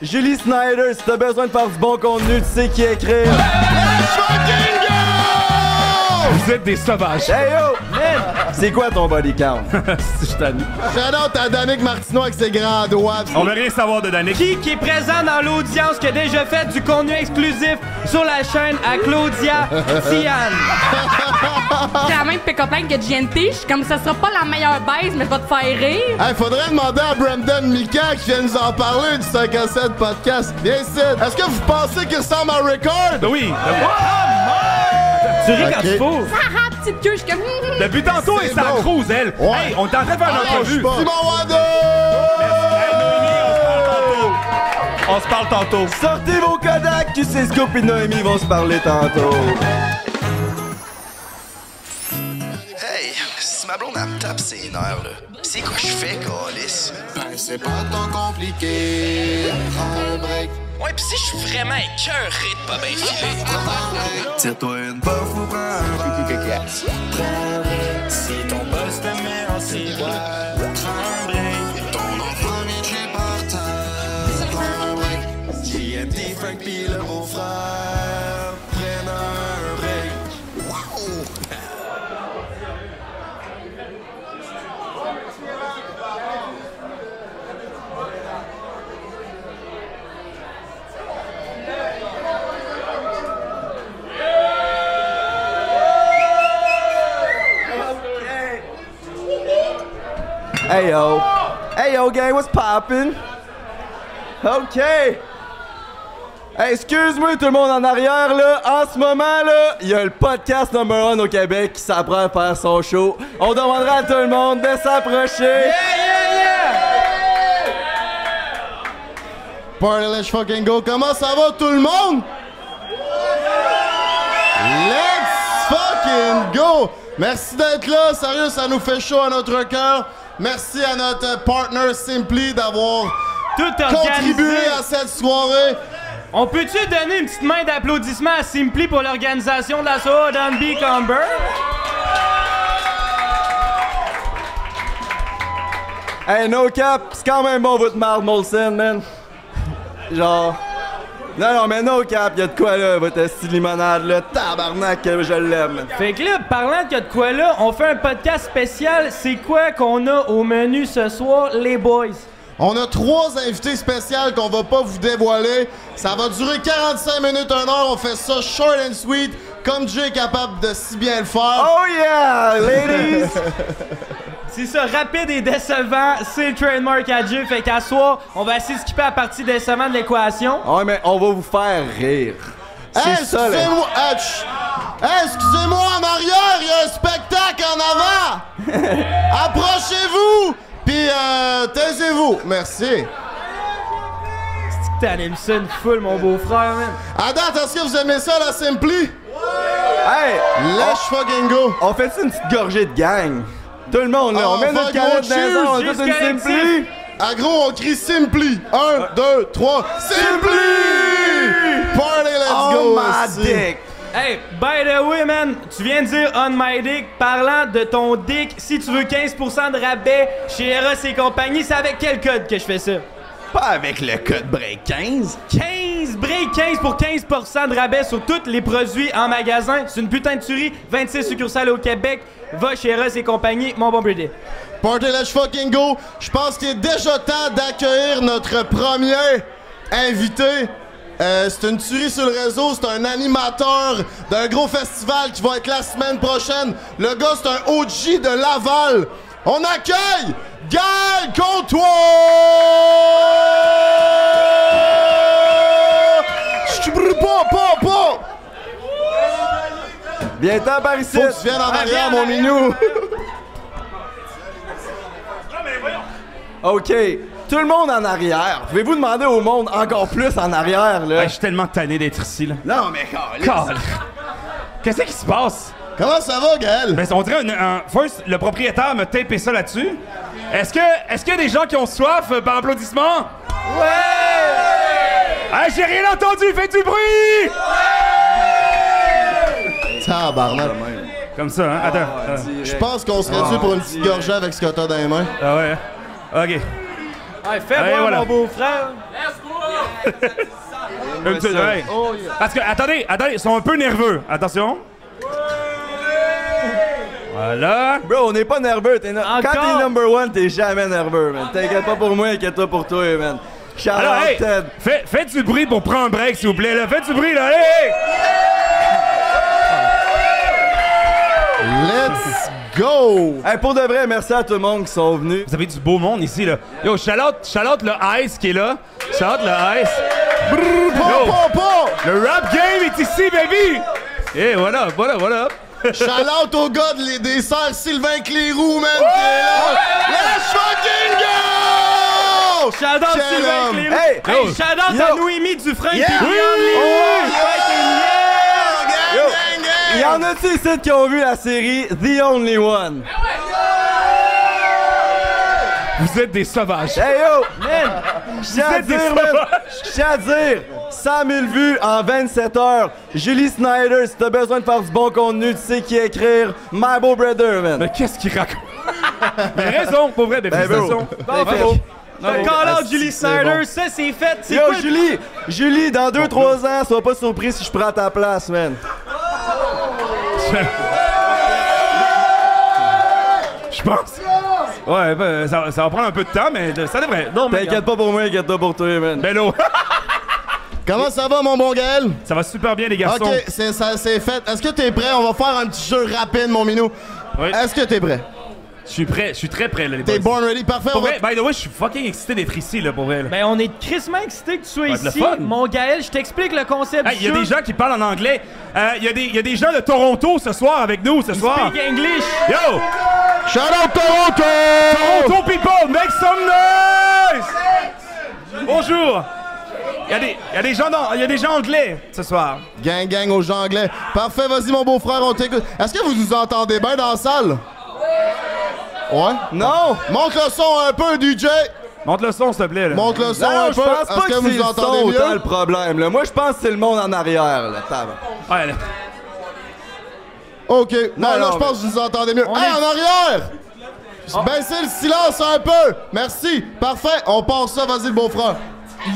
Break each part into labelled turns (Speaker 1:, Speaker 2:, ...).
Speaker 1: Julie Snyder, si t'as besoin de faire du bon contenu, tu sais qui écrire.
Speaker 2: Vous êtes des sauvages.
Speaker 1: Hey yo, man! C'est quoi ton body count?
Speaker 2: Si je t'annule.
Speaker 3: Shout-out à Danick Martineau avec ses grands doigts.
Speaker 2: On veut rien savoir de Danick.
Speaker 4: Qui qui est présent dans l'audience qui a déjà fait du contenu exclusif sur la chaîne à Claudia Tian?
Speaker 5: J'ai la même pécopine que GNT. Je suis comme ça sera pas la meilleure baise, mais je vais te faire rire.
Speaker 3: Hey, faudrait demander à Brandon Mika qui vient nous en parler du 5 à 7 podcast. Viens ici. Est-ce que vous pensez qu'il ressemble à Record?
Speaker 2: Ben oui. ben oui.
Speaker 4: Tu ris quand
Speaker 3: Ok.
Speaker 4: tu fous.
Speaker 5: Ah, petite queue, je suis comme. hum, hum.
Speaker 2: Depuis tantôt,
Speaker 3: C'est
Speaker 2: elle s'en
Speaker 3: bon.
Speaker 2: crouse, elle.
Speaker 3: Ouais.
Speaker 2: Hey, on est en train de faire une
Speaker 3: Ah, je suis
Speaker 2: entrevue.
Speaker 3: pas. Simon Wado!
Speaker 2: On se parle tantôt.
Speaker 1: Sortez vos Kodak, tu sais, Scoop et Noémie vont se parler tantôt.
Speaker 6: Hey, si ma blonde, elle me tape ses nerfs, là. C'est quoi je fais, Calis?
Speaker 7: Ben, c'est pas tant compliqué. Prends un break.
Speaker 8: Ouais, pis si je suis vraiment écœuré de pas bien filer.
Speaker 6: Tire-toi une bof ou prends un verre.
Speaker 7: Si ton boss te met en ciboire, prends un break. Ton enfant vite par terre. Prends un break. JMD, Frank, pis le beau frère. Prennent un break. Wow!
Speaker 1: Hey yo. Hey yo, gang, what's poppin'? OK. Hey, excuse-moi tout le monde en arrière, là. En ce moment, là, il y a le podcast number one au Québec qui s'apprête à faire son show. On demandera à tout le monde de s'approcher.
Speaker 3: Party let's fucking go. Comment ça va tout le monde? Let's fucking go! Merci d'être là. Sérieux, ça nous fait chaud à notre cœur. Merci à notre partner Simply d'avoir
Speaker 4: Tout organisé.
Speaker 3: contribué à cette soirée.
Speaker 4: On peut-tu donner une petite main d'applaudissement à Simply pour l'organisation de la soirée dans Cumber?
Speaker 1: Hey, no cap, c'est quand même bon votre marde, Molson, man. Genre. Non, non, mais no cap, y'a de quoi, là, votre style limonade, là. Tabarnak, que je l'aime, man.
Speaker 4: Fait que là, parlant de quoi là, on fait un podcast spécial. C'est quoi qu'on a au menu ce soir, les boys?
Speaker 3: On a trois invités spéciales qu'on va pas vous dévoiler. Ça va durer 45 minutes, 1 heure. On fait ça short and sweet, comme Jay est capable de si bien le faire.
Speaker 1: Oh yeah, ladies!
Speaker 4: C'est ça, rapide et décevant, c'est le trademark à Dieu. Fait qu'à soir, on va essayer de skipper la partie décevant de l'équation.
Speaker 1: ouais, mais on va vous faire rire. C'est ça, là.
Speaker 3: Excusez-moi, Ah, chut. excusez-moi en arrière, il y a un spectacle en avant. Approchez-vous, puis euh, taisez-vous. Merci.
Speaker 4: Putain, aime ça une foule, mon beau-frère, man.
Speaker 3: À date, est-ce que vous aimez ça, la Simply?
Speaker 1: Hey,
Speaker 3: Let's fucking go.
Speaker 1: on fait une petite gorgée de gang? Tout le monde, là,
Speaker 3: Ah,
Speaker 1: on met notre
Speaker 3: fuck,
Speaker 1: canette
Speaker 3: on
Speaker 1: dans les
Speaker 3: cheers,
Speaker 1: airs, on fait
Speaker 4: juste
Speaker 1: une
Speaker 4: collectif.
Speaker 1: simply.
Speaker 3: À gros, on crie Simply. 1, 2, 3. Simply! Party, let's
Speaker 1: Oh
Speaker 3: go.
Speaker 1: my
Speaker 3: aussi.
Speaker 1: dick!
Speaker 4: Hey, by the way, man, tu viens de dire on my dick. Parlant de ton dick, si tu veux 15% de rabais chez Eros et compagnie, c'est avec quel code que je fais ça?
Speaker 8: Pas avec le code break 15.
Speaker 4: 15 break 15 pour 15% de rabais sur tous les produits en magasin. C'est une putain de tuerie. 26 succursales au Québec. Va chez Russ et compagnie. Mon bon Brady.
Speaker 3: Party Let's Fucking Go, je pense qu'il est déjà temps d'accueillir notre premier invité. Euh, c'est une tuerie sur le réseau, c'est un animateur d'un gros festival qui va être la semaine prochaine. Le gars, c'est un OG de Laval. On accueille Gaël Comtois! Je pas, pas, pas!
Speaker 1: Viens-t'en par ici!
Speaker 3: Faut que tu viennes en arrière, mon minou!
Speaker 1: OK, tout le monde en arrière. Pouvez-vous demander au monde encore plus en arrière, là?
Speaker 2: Hey, je suis tellement tanné d'être ici, là.
Speaker 6: Non, mais Calis.
Speaker 2: Calme. Qu'est-ce qui se passe?
Speaker 3: Comment ça va, Gaël?
Speaker 2: Ben, on dirait une- un. First, le propriétaire me tapé ça là-dessus. Est-ce que, est-ce qu'il y a des gens qui ont soif euh, par applaudissement? Ouais! Hey, j'ai rien entendu, fais du bruit!
Speaker 3: Ben, Tabarnak.
Speaker 2: Comme ça, hein? Attends. euh,
Speaker 3: Je pense qu'on serait dû pour une petite gorgée avec ce que t'as dans les mains.
Speaker 2: Ah ouais. Ok.
Speaker 4: Ouais, fais
Speaker 2: Allez,
Speaker 4: voir
Speaker 2: voilà.
Speaker 4: mon beau-frère.
Speaker 2: Une petite- ouais. Parce que, attendez, attendez, ils sont un peu nerveux. Attention. Voilà.
Speaker 1: Bro, on n'est pas nerveux. t'es no- Quand
Speaker 4: Encore?
Speaker 1: t'es number one, t'es jamais nerveux, man. T'inquiète pas pour moi, inquiète-toi pour toi, man. Shout
Speaker 2: Alors,
Speaker 1: out
Speaker 2: hey,
Speaker 1: Ah, Ted.
Speaker 2: fais- faites du bruit pour prendre un break, s'il vous plaît. Là. Faites du bruit, là. Hey, hey.
Speaker 3: Let's go!
Speaker 1: Hey, pour de vrai, merci à tout le monde qui sont venus.
Speaker 2: Vous avez du beau monde ici, là. Yo, Charlotte, Charlotte le Ice qui est là. Charlotte le Ice. Brrr,
Speaker 3: Pom,
Speaker 2: yo,
Speaker 3: pom, pom!
Speaker 2: le rap game est ici, baby. Et voilà, voilà, voilà.
Speaker 3: Shout out au gars de les desserts, Sylvain Clérou, man! qui est là. Let's fucking go!
Speaker 4: Shout out
Speaker 3: Quel
Speaker 4: Sylvain
Speaker 3: homme.
Speaker 4: Clérou.
Speaker 1: Hey,
Speaker 4: Hey,
Speaker 2: yo.
Speaker 4: shout out
Speaker 1: Yo.
Speaker 4: à Noémie Dufresne
Speaker 1: Yeah.
Speaker 4: qui
Speaker 1: Oui.
Speaker 2: Oh,
Speaker 3: Gang,
Speaker 1: Yo.
Speaker 3: gang, gang!
Speaker 1: Il y en a-tu ici qui ont vu la série The Only One?
Speaker 2: Vous êtes des sauvages.
Speaker 1: Hey yo! Man! Je tiens à
Speaker 2: êtes des
Speaker 1: dire, man! Je tiens à dire! 100 000 vues en 27 heures! Julie Snyder, si t'as besoin de faire du bon contenu, tu sais qui écrire! My Beau Brother, man!
Speaker 2: Mais qu'est-ce qu'il raconte? Mais raison, pour vrai, des
Speaker 1: Ben, bro.
Speaker 2: félicitations.
Speaker 1: Ben,
Speaker 2: Bravo.
Speaker 4: Call
Speaker 1: Ah,
Speaker 4: out Julie
Speaker 1: c'est bon.
Speaker 4: Snyder, ça c'est fait. C'est
Speaker 1: Yo,
Speaker 4: quoi?
Speaker 1: Julie! Julie, dans 2-3 ans, sois pas surpris si je prends ta place, man!
Speaker 2: Je pense. Ouais, ben, ça, ça va prendre un peu de temps, mais ça devrait. Non, mais. Ben,
Speaker 1: T'inquiète pas pour moi, inquiète-toi pour toi, man!
Speaker 2: Bello.
Speaker 3: Comment ça va, mon bon Gaël?
Speaker 2: ça va super bien, les garçons.
Speaker 3: Ok, c'est ça, c'est fait. Est-ce que t'es prêt? On va faire un petit jeu rapide, mon minou.
Speaker 2: Oui.
Speaker 3: Est-ce que t'es prêt?
Speaker 2: Je suis prêt, je suis très prêt, là, les
Speaker 3: T'es
Speaker 2: boys.
Speaker 3: born ready? Parfait, on
Speaker 2: Pour
Speaker 3: va-
Speaker 2: vrai, by the way, je suis fucking excité d'être ici, là, pour vrai. là.
Speaker 4: Ben on est crissement excités que tu sois
Speaker 2: Va être le
Speaker 4: ici.
Speaker 2: fun.
Speaker 4: Mon Gaël, je t'explique le concept
Speaker 2: Hey,
Speaker 4: du
Speaker 2: il y a
Speaker 4: jeu.
Speaker 2: des gens qui parlent en anglais. Euh, Il y, a des- il y a des gens de Toronto ce soir avec nous, ce soir.
Speaker 4: Speak English.
Speaker 2: Yo!
Speaker 3: Shout out Toronto!
Speaker 2: Toronto people, make some noise! Bonjour! Il y, a des- il y a des gens dans- il y a des gens anglais ce soir.
Speaker 3: Gang, gang aux gens anglais. Parfait, vas-y, mon beau-frère, on t'écoute. Est-ce que vous nous entendez bien dans la salle? Ouais?
Speaker 1: Non!
Speaker 3: Monte le son un peu, DJ!
Speaker 2: Monte le son, s'il te plaît. là.
Speaker 3: Monte Ben, le son
Speaker 1: Non,
Speaker 3: un
Speaker 1: je
Speaker 3: peu.
Speaker 1: pense
Speaker 3: Est-ce
Speaker 1: pas
Speaker 3: que
Speaker 1: que
Speaker 3: vous
Speaker 1: c'est
Speaker 3: nous
Speaker 1: le
Speaker 3: entendez
Speaker 1: son autant
Speaker 3: mieux?
Speaker 1: le problème, là. Moi, je pense que c'est le monde en arrière, là. tabarnak.
Speaker 2: Ouais, là.
Speaker 3: Ok. Non,
Speaker 1: Non,
Speaker 3: là,
Speaker 1: non,
Speaker 3: je pense que vous nous entendez mieux. Hey,
Speaker 4: est-
Speaker 3: en arrière! Baissez le silence un peu! Merci! Parfait, on passe ça, vas-y, le beau-frère.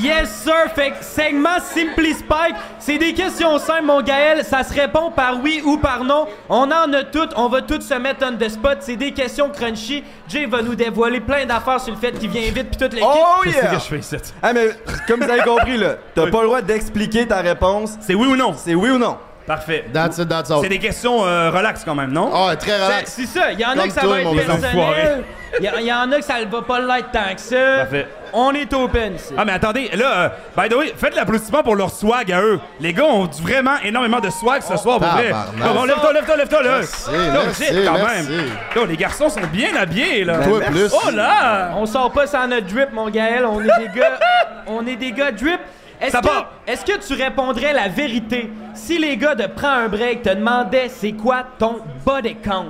Speaker 4: Yes sir, fait que segment Simply Spike, c'est des questions simples mon Gaël, ça se répond par oui ou par non. On en a toutes, on va toutes se mettre on the spot, c'est des questions crunchy. Jay va nous dévoiler plein d'affaires sur le fait qu'il vient vite puis toute l'équipe.
Speaker 1: Oh
Speaker 2: Qu'est-ce que
Speaker 1: yeah!
Speaker 2: je fais ici?
Speaker 1: Ah mais comme vous avez compris là, t'as pas le droit d'expliquer ta réponse.
Speaker 2: C'est oui ou non?
Speaker 1: C'est oui ou non.
Speaker 2: Parfait.
Speaker 3: That's it, that's all.
Speaker 2: C'est des questions euh, relax quand même, non?
Speaker 3: Ah, très relax.
Speaker 4: C'est ça, il y en a
Speaker 3: Comme
Speaker 4: que ça
Speaker 3: toi,
Speaker 4: va être
Speaker 3: mon
Speaker 2: enfoiré.
Speaker 4: personnel. Il y, y en a que ça le va pas l'être tant que ça.
Speaker 2: Parfait.
Speaker 4: On est open ici.
Speaker 2: Ah mais attendez, là, euh, by the way, faites l'applaudissement pour leur swag à eux. Les gars ont du- vraiment énormément de swag ce soir, pour vrai.
Speaker 3: tabarnak.
Speaker 2: Bon, lève-toi, lève-toi, lève-toi, là.
Speaker 3: Merci,
Speaker 2: Là,
Speaker 3: merci,
Speaker 2: vite, quand
Speaker 3: merci.
Speaker 2: même. Là, les garçons sont bien habillés, là.
Speaker 3: Toi plus.
Speaker 2: Oh là!
Speaker 4: On sort pas sans notre drip mon Gaël, on est des gars on est des gars drip. Est-ce
Speaker 2: Ça
Speaker 4: que,
Speaker 2: part.
Speaker 4: est-ce que tu répondrais la vérité si les gars de Prends un break te demandaient c'est quoi ton body count?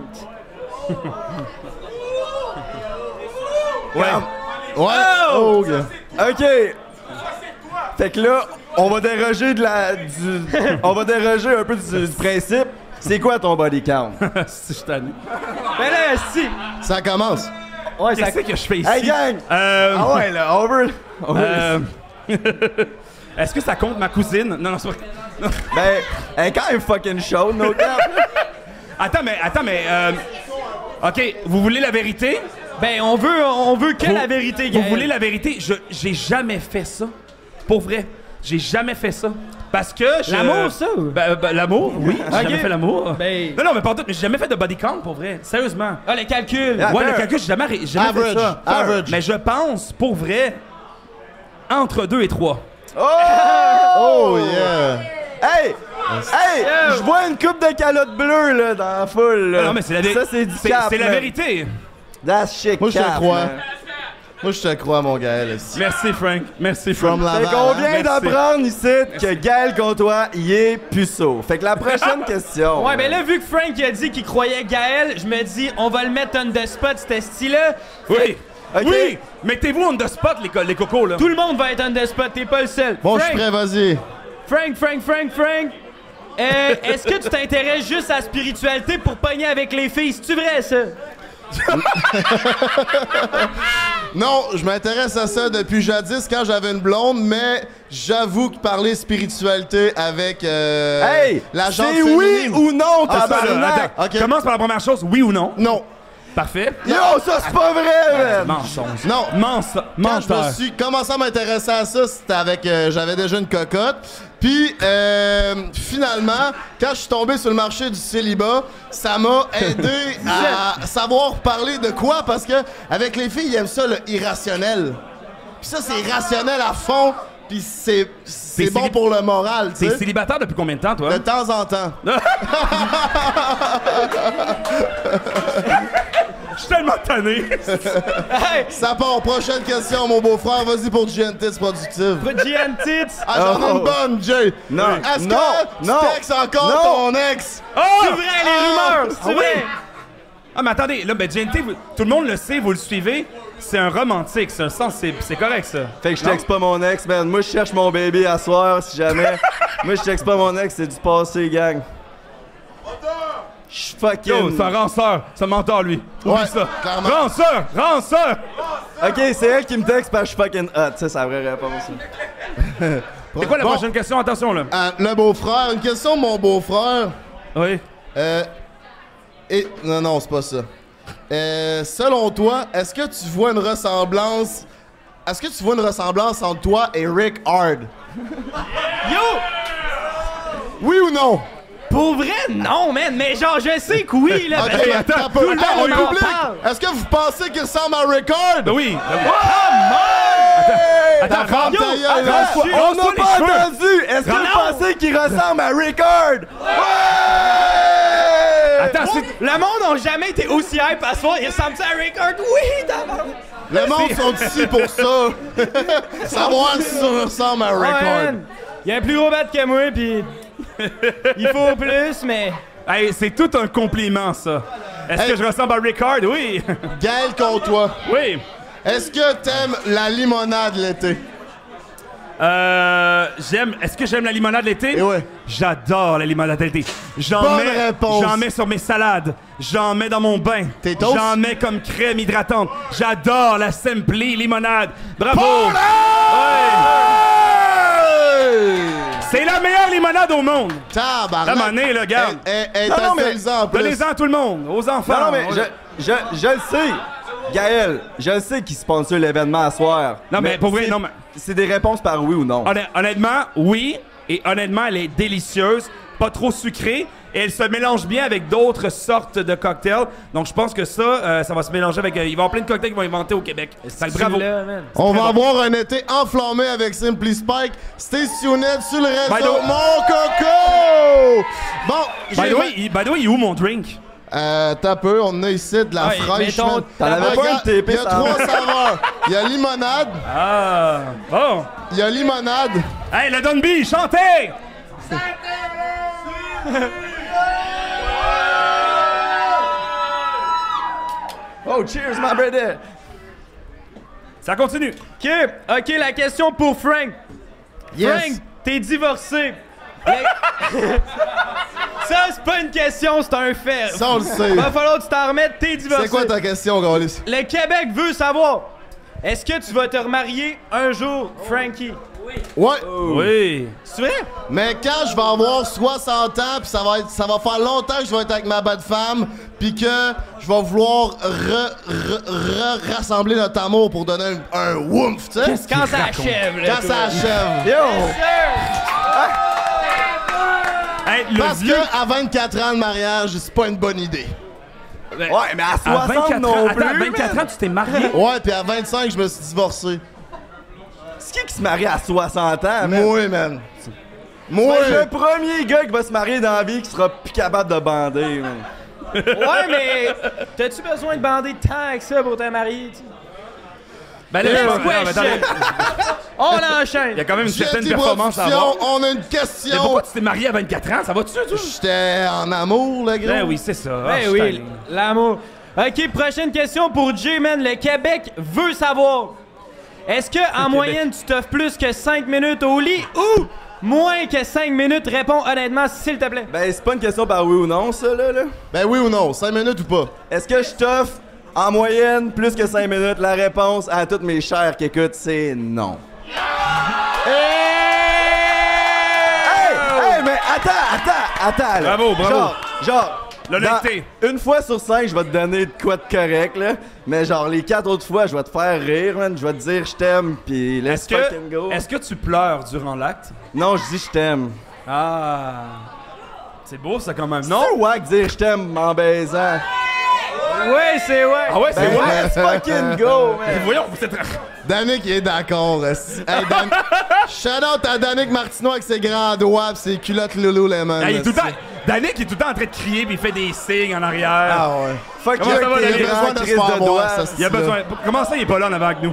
Speaker 2: Ouais.
Speaker 3: Ouais. Oh, gars.
Speaker 1: Ok. Fait que là, on va déroger de la, du, on va déroger un peu du, du principe. C'est quoi ton body count?
Speaker 2: si je t'annule.
Speaker 4: Ben là si!
Speaker 3: Ça commence.
Speaker 4: Ouais, ça
Speaker 2: Qu'est-ce que je fais ici?
Speaker 1: Hey gang!
Speaker 2: Euh,
Speaker 1: Ah ouais là, on veut. on veut-
Speaker 2: euh, Est-ce que ça compte ma cousine? Non, non, c'est pas... non.
Speaker 1: Ben, elle est quand même fucking chaude, no cap.
Speaker 2: Attends, mais, attends, mais... euh, OK, vous voulez la vérité?
Speaker 4: Ben on veut on veut que la vérité
Speaker 2: Vous
Speaker 4: Gaël.
Speaker 2: voulez la vérité? Je j'ai jamais fait ça. Pour vrai. J'ai jamais fait ça. Parce que je-
Speaker 4: L'amour, ça, ou?
Speaker 2: Ben, ben, l'amour, oui. J'ai jamais fait l'amour.
Speaker 4: Ben-
Speaker 2: Non, non, mais pardon, mais j'ai jamais fait de body count, pour vrai. Sérieusement.
Speaker 4: Ah le calcul!
Speaker 1: Ah,
Speaker 2: ouais,
Speaker 1: fair.
Speaker 2: le calcul, j'ai jamais, arrê- j'ai jamais
Speaker 3: Average,
Speaker 2: fait ça.
Speaker 3: average.
Speaker 2: Mais je pense, pour vrai, entre deux et trois.
Speaker 3: Oh, yeah.
Speaker 1: Hey! Hey! Je vois une coupe de calotte bleue là dans la foule. là.
Speaker 2: Ah Non, mais c'est la vérité.
Speaker 1: Euh, Ça c'est du cap.
Speaker 2: C'est la
Speaker 1: man.
Speaker 2: vérité.
Speaker 1: That's shit.
Speaker 3: Moi, je
Speaker 1: cap,
Speaker 3: te crois.
Speaker 1: man.
Speaker 3: Moi, je te crois, mon Gaël. aussi.
Speaker 2: Merci, Frank. Merci, Frank.
Speaker 3: From la
Speaker 1: Fait qu'on vient
Speaker 2: Merci.
Speaker 1: d'apprendre ici que Gaël Comtois y est puceau. Fait que la prochaine question.
Speaker 4: Ouais, ben là, vu que Frank a dit qu'il croyait Gaël, je me dis, on va le mettre on the spot, ce style-là.
Speaker 2: Oui.
Speaker 1: Ok.
Speaker 2: Oui. Mettez-vous on the spot, les, co- les cocos, là.
Speaker 4: Tout le monde va être on the spot, t'es pas le seul.
Speaker 3: Bon, je
Speaker 4: Frank,
Speaker 3: suis prêt, vas-y.
Speaker 4: Frank, Frank, Frank, Frank. Euh, Est-ce que tu t'intéresses juste à la spiritualité pour pogner avec les filles? C'est-tu vrai, ça?
Speaker 3: Non, je m'intéresse à ça depuis jadis quand j'avais une blonde, mais j'avoue que parler spiritualité avec euh,
Speaker 1: Hey!
Speaker 3: la gente
Speaker 1: C'est oui
Speaker 3: féminine-
Speaker 1: ou non,
Speaker 2: Ah, ça, là,
Speaker 1: tabarnak?
Speaker 2: attends.
Speaker 3: Ok.
Speaker 2: Commence par la première chose, oui ou non.
Speaker 3: Non,
Speaker 2: Parfait.
Speaker 1: Yo, ça, c'est pas
Speaker 2: Ah,
Speaker 1: vrai, man!
Speaker 2: Mensonge.
Speaker 3: non.
Speaker 2: Mensonge.
Speaker 3: Quand je me
Speaker 2: Mensonge.
Speaker 3: suis commencé à m'intéresser à ça, c'était avec. euh, J'avais déjà une cocotte. Puis, euh, finalement, quand je suis tombé sur le marché du célibat, ça m'a aidé à savoir parler de quoi parce que, avec les filles, ils aiment ça le irrationnel. Puis ça, c'est irrationnel à fond, puis c'est c'est
Speaker 2: T'es
Speaker 3: bon
Speaker 2: célib-
Speaker 3: pour le moral, tu
Speaker 2: T'es
Speaker 3: sais.
Speaker 2: célibataire depuis combien de temps, toi?
Speaker 3: De temps en temps.
Speaker 2: Je suis tellement tanné.
Speaker 3: Ça part. Prochaine question, mon beau-frère. Vas-y pour GNT productive.
Speaker 4: GM Tits!
Speaker 3: Ah, j'en ai
Speaker 1: Oh.
Speaker 3: une bonne, Jay.
Speaker 1: Non.
Speaker 3: Est-ce
Speaker 1: Non.
Speaker 3: que
Speaker 1: Non.
Speaker 3: tu textes encore
Speaker 1: Non.
Speaker 3: ton ex?
Speaker 4: C'est vrai, les rumeurs! C'est
Speaker 2: oui.
Speaker 4: vrai!
Speaker 2: Ah, mais attendez, là, ben, GNT, vous- tout le monde le sait, vous le suivez. C'est un romantique, c'est un sensible. C'est correct, ça.
Speaker 1: Fait que je
Speaker 2: Non?
Speaker 1: texte pas mon ex, man. Moi, je cherche mon bébé à soir, si jamais. Moi, je texte pas mon ex, c'est du passé, gang. Je suis fucking.
Speaker 2: Yo, c'est un ranceur. C'est un menteur, lui. Oublie
Speaker 3: Ouais,
Speaker 2: ça.
Speaker 3: clairement.
Speaker 2: Ranceur! Ranceur!
Speaker 1: Ok, c'est elle qui me texte parce que je suis fucking hot. Ça, c'est la vraie réponse.
Speaker 2: C'est quoi la
Speaker 3: Bon.
Speaker 2: prochaine question? Attention, là.
Speaker 3: Ah, le beau-frère. Une question, mon beau-frère.
Speaker 2: Oui.
Speaker 3: Euh, et... Non, non, c'est pas ça. Euh, selon toi, est-ce que tu vois une ressemblance... Est-ce que tu vois une ressemblance entre toi et Rick Hard?
Speaker 4: Yo!
Speaker 3: Oui ou non?
Speaker 4: Pour vrai, non, man! Mais genre, je sais que oui, là!
Speaker 3: Ok,
Speaker 4: parce que
Speaker 3: attends, un peu.
Speaker 4: Eh ben, tout le
Speaker 3: Hey,
Speaker 4: monde en
Speaker 3: public,
Speaker 4: parle!
Speaker 3: Est-ce que vous pensez qu'il ressemble à Rick Hard?
Speaker 2: Ben oui. ben oui.
Speaker 3: Ta femme,
Speaker 2: Yo,
Speaker 3: ta gueule,
Speaker 2: attends,
Speaker 3: hein?
Speaker 2: je suis-
Speaker 1: On
Speaker 2: on
Speaker 1: n'a
Speaker 2: se
Speaker 1: pas
Speaker 2: les cheveux.
Speaker 1: entendu! Est-ce que
Speaker 2: Non.
Speaker 1: vous pensez qu'il ressemble à Rickard? Ouais!
Speaker 2: Attends, c'est...
Speaker 4: Le monde n'a jamais été aussi hype à soi. Il ressemble à Rickard? Oui, d'abord!
Speaker 3: Le monde sont ici pour ça. Savoir si ça ressemble à Rick Hard.
Speaker 4: Man, Il y a un plus gros bat que moi, puis il faut plus, mais...
Speaker 2: Hey, c'est tout un compliment, ça. Est-ce
Speaker 3: Hey.
Speaker 2: que je ressemble à Ricard? Oui.
Speaker 3: Gaël contre toi.
Speaker 2: oui.
Speaker 3: Est-ce que t'aimes la limonade l'été?
Speaker 2: Euh, j'aime. Est-ce que j'aime la limonade l'été?
Speaker 3: Eh ouais.
Speaker 2: J'adore la limonade l'été. J'en
Speaker 3: Bonne
Speaker 2: mets,
Speaker 3: réponse.
Speaker 2: j'en mets sur mes salades. J'en mets dans mon bain.
Speaker 3: T'es toast?
Speaker 2: J'en mets comme crème hydratante. J'adore la Simply limonade. Bravo. Ouais. C'est la meilleure limonade au monde.
Speaker 3: Tabarnak! Eh,
Speaker 2: La monnaie, là, garde.
Speaker 3: Elle, elle, elle
Speaker 1: Non, non, mais-
Speaker 3: est en plus.
Speaker 2: Donnez-en à tout le monde, aux enfants.
Speaker 1: Non, non, mais
Speaker 2: On-
Speaker 1: je, je, je le sais! Gaël, je le sais qu'il sponsor l'événement à soir.
Speaker 2: Non, mais pour vrai,
Speaker 1: c'est-
Speaker 2: non, mais-
Speaker 1: C'est des réponses par oui ou non.
Speaker 2: Honn- honnêtement, oui. Et honnêtement, elle est délicieuse, pas trop sucrée. Et elle se mélange bien avec d'autres sortes de cocktails. Donc, je pense que ça, euh, ça va se mélanger avec. euh, il va y avoir plein de cocktails qu'ils vont inventer au Québec. Fait que bravo.
Speaker 4: Là, man.
Speaker 3: On va avoir un été enflammé avec Simply Spike. Stay tuned sur le
Speaker 2: By the
Speaker 3: réseau.
Speaker 2: way-
Speaker 3: Mon coco! Bon,
Speaker 2: By
Speaker 3: j'ai...
Speaker 2: the, way, il- by the way, il est où mon drink?
Speaker 3: Euh, t'as peu, on a ici de la
Speaker 4: Ouais,
Speaker 3: fraîche.
Speaker 4: mettons,
Speaker 3: man.
Speaker 1: t'en avais pas
Speaker 3: Regarde,
Speaker 1: une TP,
Speaker 3: Il y a
Speaker 1: ça.
Speaker 3: trois saveurs. Il y a limonade,
Speaker 2: Ah. Oh.
Speaker 3: il y a limonade,
Speaker 2: Hey, le Dunby, chantez!
Speaker 1: Oh, cheers, my brother!
Speaker 2: Ça continue.
Speaker 4: OK, OK, la question pour Frank. Frank, t'es divorcé. Mais- Ça, c'est pas une question, c'est un fait.
Speaker 3: ça on le sait.
Speaker 4: Va falloir que tu t'en remettes, t'es divorcé.
Speaker 3: C'est quoi ta question, Gaulis?
Speaker 4: Le Québec veut savoir, est-ce que tu vas te remarier un jour,
Speaker 3: Oh.
Speaker 4: Frankie?
Speaker 3: Ouais,
Speaker 2: Oui.
Speaker 4: C'est vrai?
Speaker 3: mais quand je vais avoir 60 ans, puis ça va être, ça va faire longtemps que je vais être avec ma bonne femme, puis que je vais vouloir re, re- re- rassembler notre amour pour donner un, un woomph, tu sais?
Speaker 4: Quand ça achève, là.
Speaker 3: Quand ça achève.
Speaker 1: Yo!
Speaker 2: Hey, le
Speaker 3: Parce
Speaker 2: vieux-
Speaker 3: que à 24 ans de mariage, c'est pas une bonne idée.
Speaker 1: Ouais, mais à
Speaker 2: À 24
Speaker 1: 60
Speaker 2: ans,
Speaker 1: non plus!
Speaker 2: attends, à 24
Speaker 1: man.
Speaker 2: ans, tu t'es marié.
Speaker 3: Ouais, puis à 25, je me suis divorcé.
Speaker 1: C'est qui qui se marie à 60
Speaker 2: Ah,
Speaker 1: ans, man?
Speaker 3: Moi, man. Moi.
Speaker 1: Moi, je suis le premier gars qui va se marier dans la vie qui sera plus capable de bander, man.
Speaker 4: Ouais, mais t'as-tu besoin de bander tant que ça pour te marier? tu sais?
Speaker 2: Ben là, je
Speaker 4: Next
Speaker 2: pense- non, mais attendez,
Speaker 4: question. On
Speaker 2: Il y a
Speaker 4: enchaîne.
Speaker 2: quand même une
Speaker 3: J'ai
Speaker 2: certaine
Speaker 3: dit
Speaker 2: performance à avoir.
Speaker 3: production, On a une
Speaker 2: Mais
Speaker 3: question.
Speaker 2: pourquoi tu t'es marié à 24 ans? Ça va-tu, toi?
Speaker 3: J'étais en amour, le gros.
Speaker 2: Ben oui, c'est ça.
Speaker 4: Ben
Speaker 2: Ah, je suis
Speaker 4: oui,
Speaker 2: tanné.
Speaker 4: l'amour. Ok, prochaine question pour Jay, man. Le Québec veut savoir. Est-ce que en moyenne tu t'offres plus que 5 minutes au lit ou moins que 5 minutes? Réponds honnêtement, s'il te plaît.
Speaker 1: Ben, c'est pas une question par oui ou non, ça, là. là.
Speaker 3: Ben oui ou non? 5 minutes ou pas?
Speaker 1: Est-ce que je t'offre En moyenne, plus que 5 minutes, la réponse à toutes mes chères qui écoutent, c'est non. Hey! Hey, mais attends, attends, attends, là.
Speaker 2: Oh! Bravo, bravo.
Speaker 1: Genre, genre.
Speaker 2: L'honnêteté.
Speaker 1: dans- Une fois sur cinq, je vais te donner de quoi de correct, là. Mais genre, les quatre autres fois, je vais te faire rire, man. Je vais te dire je t'aime, pis let's
Speaker 2: Est-ce
Speaker 1: fucking go.
Speaker 2: que, est-ce que tu pleures durant l'acte?
Speaker 1: Non, je dis je t'aime.
Speaker 2: Ah. C'est beau, ça, quand même. Non?
Speaker 1: Non, wack, dire je t'aime en baisant.
Speaker 4: Ouais, c'est ouais.
Speaker 2: Ben, Ah ouais, c'est
Speaker 1: Ben,
Speaker 2: vrai.
Speaker 1: let's fucking go, man.
Speaker 2: Voyons, vous êtes...
Speaker 3: Ah, Danick il est d'accord. esti. Hey, Dan- Shout out à Danick Martineau avec ses grands doigts pis ses culottes Lululemon.
Speaker 2: Ah, il est tout le
Speaker 3: esti.
Speaker 2: temps... Danick est tout le temps en train de crier puis il fait des signes en arrière.
Speaker 3: Ah ouais.
Speaker 1: Fuck
Speaker 2: Comment
Speaker 1: you,
Speaker 2: ça va,
Speaker 1: t'es
Speaker 2: Daniel?
Speaker 1: grand
Speaker 3: Besoin de se
Speaker 1: Christ
Speaker 3: faire
Speaker 1: de
Speaker 3: boire,
Speaker 1: doigts.
Speaker 3: ça, c'est-
Speaker 2: Il a besoin... Comment ça, il est pas là en avant avec nous?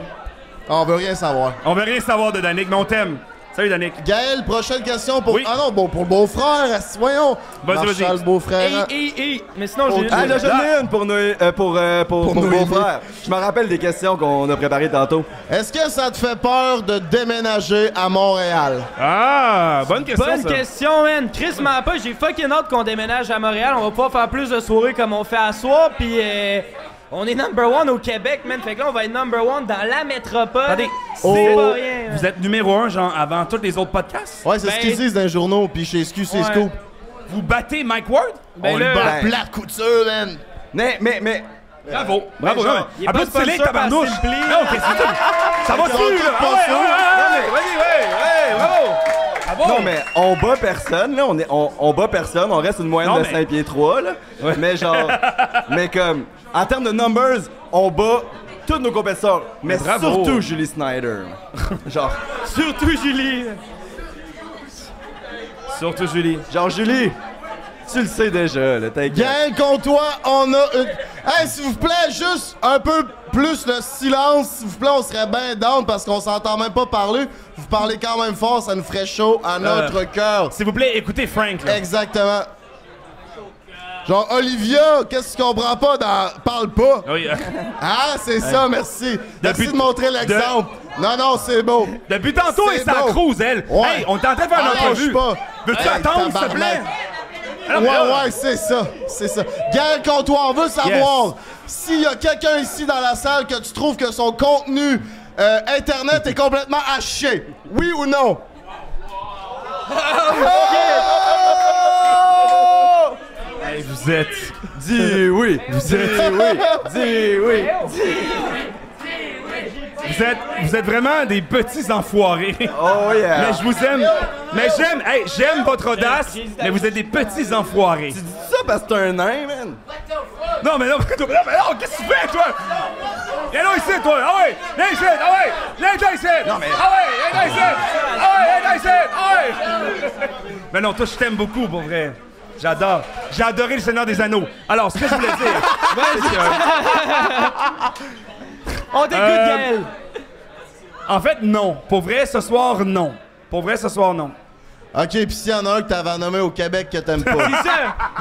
Speaker 3: Ah, On veut rien savoir.
Speaker 2: On veut rien savoir de Danick, mais on t'aime. Salut, Danick.
Speaker 3: Gaël, prochaine question pour.
Speaker 2: Oui.
Speaker 3: Ah non, bon, pour le beau-frère, esti, voyons.
Speaker 2: Vas-y, vas-y.
Speaker 3: Marshall,
Speaker 2: hein.
Speaker 3: beau-frère.
Speaker 4: Hey, hey, hey. Eh, Mais sinon, j'ai.
Speaker 1: Ah, là, j'en ai une pour, Noé- euh, pour, euh, pour,
Speaker 3: Pour
Speaker 1: pour mon
Speaker 3: Noélie.
Speaker 1: frère. Je me rappelle des questions qu'on a préparées tantôt.
Speaker 3: Est-ce que ça te fait peur de déménager à Montréal?
Speaker 2: Ah, bonne question,
Speaker 4: Bonne
Speaker 2: ça.
Speaker 4: question, man. Chris m'a pas, j'ai fucking hâte qu'on déménage à Montréal. On va pouvoir faire plus de soirées comme on fait à soir, puis euh, on est number one au Québec, man. Fait que là, on va être number one dans la métropole.
Speaker 2: Attendez,
Speaker 4: c'est
Speaker 2: c'est-
Speaker 4: pas rien. man.
Speaker 2: Oh. Vous êtes numéro un, genre, avant tous les autres podcasts?
Speaker 3: Ouais, c'est
Speaker 4: Ben-
Speaker 3: ce qu'ils disent dans les journaux, puis chez SQ, c'est
Speaker 4: Ouais.
Speaker 3: Scoop.
Speaker 2: Vous battez Mike Ward?
Speaker 4: Ben
Speaker 3: On
Speaker 4: là,
Speaker 3: le bat
Speaker 1: ouais.
Speaker 3: plat de couture, man.
Speaker 1: Mais, mais, mais,
Speaker 2: Bravo, bravo.
Speaker 4: genre,
Speaker 2: non,
Speaker 4: il est
Speaker 2: mais Applaudissez-les,
Speaker 4: pas sponsor par
Speaker 2: tabarnouche.
Speaker 4: Simply.
Speaker 2: Non, qu'est-ce que c'est? Ça va
Speaker 3: Ils ont
Speaker 2: dessus,
Speaker 3: tout
Speaker 2: là. Ah ouais,
Speaker 3: pensé.
Speaker 2: ouais, ouais, ouais, Vas-y, ouais, ouais, bravo. Bravo.
Speaker 1: non, mais on bat personne, là. On, est, on, on bat personne. On reste une moyenne
Speaker 2: Non,
Speaker 1: de
Speaker 2: mais-
Speaker 1: 5 pieds 3, là. Mais genre, mais comme, en termes de numbers, on bat tous nos compétiteurs. Mais,
Speaker 2: bravo.
Speaker 1: surtout Julie Snyder. genre,
Speaker 4: surtout Julie.
Speaker 2: Surtout Julie.
Speaker 1: genre, Julie, tu le sais déjà, là. T'inquiète.
Speaker 3: Gaël, contre toi, on a une. Hey, s'il vous plaît, juste un peu plus de silence. S'il vous plaît, on serait bien down parce qu'on s'entend même pas parler. Vous parlez quand même fort, ça nous ferait chaud
Speaker 2: Euh.
Speaker 3: à notre cœur.
Speaker 2: S'il vous plaît, écoutez Frank, là.
Speaker 3: Exactement. Genre, Olivia, qu'est-ce que tu comprends pas dans Parle pas?
Speaker 2: Oui, euh,
Speaker 3: Ah, c'est ça, merci.
Speaker 2: Depuis-
Speaker 3: Merci de montrer l'exemple. Non, non, c'est beau.
Speaker 2: Depuis tantôt,
Speaker 3: C'est
Speaker 2: elle s'en
Speaker 3: bon.
Speaker 2: crouse, elle.
Speaker 3: Ouais.
Speaker 2: Hey, on est en train de faire
Speaker 3: Ah,
Speaker 2: une entrevue.
Speaker 3: lâche pas.
Speaker 2: Veux-tu
Speaker 3: Hey,
Speaker 2: attendre, s'il te plaît?
Speaker 3: tabarnak.
Speaker 2: Ah, non, mais
Speaker 3: Ouais,
Speaker 2: là,
Speaker 3: ouais, c'est ça, c'est ça. Gaël Comptoir, on veut savoir s'il y a quelqu'un ici dans la salle que tu trouves que son contenu euh, Internet est complètement à chier. Oui ou non?
Speaker 2: hey, vous êtes...
Speaker 1: Dis oui. Dis oui. Dis oui.
Speaker 2: Vous êtes, vous êtes vraiment des petits enfoirés.
Speaker 1: Oh yeah.
Speaker 2: Mais je vous aime. Mais j'aime, hey, j'aime votre audace, mais vous êtes des petits enfoirés.
Speaker 1: Tu dis ça parce que t'es un nain, man.
Speaker 2: Non, mais non, mais non, mais non, qu'est-ce que tu fais, toi? Viens là ici, toi! Ah ouais! Viens ici! Ah ouais! Viens là ici! Non, mais... Ah ouais! Viens là ici! Ah ouais! Viens là ici! Ah ouais! Mais non, toi, je t'aime beaucoup, pour vrai. J'adore. J'ai adoré Le Seigneur des Anneaux. Alors, ce que je voulais dire... c'est que,
Speaker 4: On t'écoute,
Speaker 2: Euh,
Speaker 4: Gaël.
Speaker 2: en fait, non. Pour vrai, ce soir, non. Pour vrai, ce soir, non.
Speaker 3: Ok, puis s'il y en a un que t'avais nommé au Québec que t'aimes pas.
Speaker 4: C'est ça.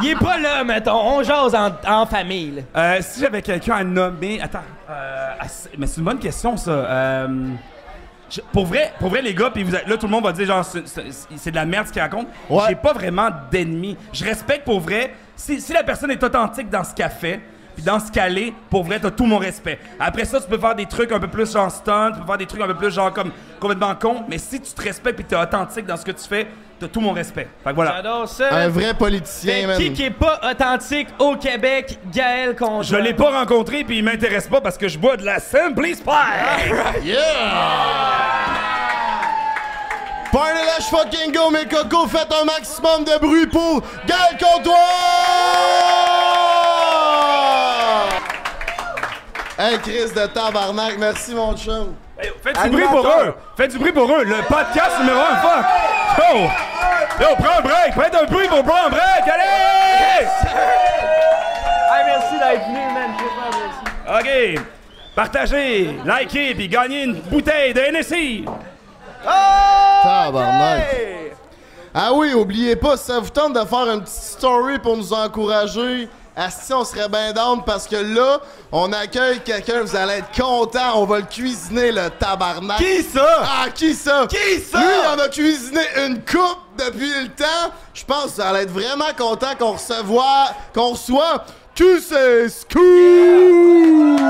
Speaker 4: Il est pas là, mettons. On jase en, en famille. là.
Speaker 2: Euh, si j'avais quelqu'un à nommer... Attends. euh, ah, c'est- mais c'est une bonne question, ça. Euh, je- pour, vrai, pour vrai, les gars, puis vous êtes- là, tout le monde va dire, genre, c'est- c'est c'est de la merde ce qu'il raconte.
Speaker 3: Ouais.
Speaker 2: J'ai pas vraiment d'ennemis. Je respecte pour vrai. Si, si la personne est authentique dans ce qu'elle fait, puis dans ce qu'elle est, pour vrai, t'as tout mon respect. Après ça, tu peux faire des trucs un peu plus genre stunt, tu peux faire des trucs un peu plus genre comme complètement con, mais si tu te respectes puis t'es authentique dans ce que tu fais, t'as tout mon respect. Fait que voilà.
Speaker 4: J'adore ça.
Speaker 3: un vrai
Speaker 4: Fait
Speaker 3: politicien, Ah, man.
Speaker 4: Ben, qui qui est pas authentique au Québec, Gaël Conjoint.
Speaker 2: Je l'ai pas rencontré puis il m'intéresse pas parce que je bois de la Simply Spice.
Speaker 3: Party Lash fucking go, mes cocos, faites un maximum de bruit pour Gaël Comptoir! Hey, Chris de tabarnak, merci mon chum.
Speaker 2: Hey, Faites du bruit pour
Speaker 1: Animateur.
Speaker 2: eux! Faites du bruit pour eux! Le podcast numéro 1, fuck! Yo! Yo, prends un break! Faites un bruit pour prendre un break! Allez!
Speaker 4: Ah, merci d'être venu, man. Chris, merci.
Speaker 2: OK! Partagez, likez, puis gagnez une bouteille de NSI!
Speaker 3: Tabarnak. Ah oui, oubliez pas, si ça vous tente de faire une petite story pour nous encourager, si on serait bien down parce que là, on accueille quelqu'un, vous allez être content, on va le cuisiner le tabarnak.
Speaker 1: Qui ça?
Speaker 3: Ah, qui ça?
Speaker 1: Qui ça?
Speaker 3: Lui, il en a cuisiné une coupe depuis le temps. Je pense que ça allait être vraiment content qu'on recevoie, qu'on reçoit QC Scoop!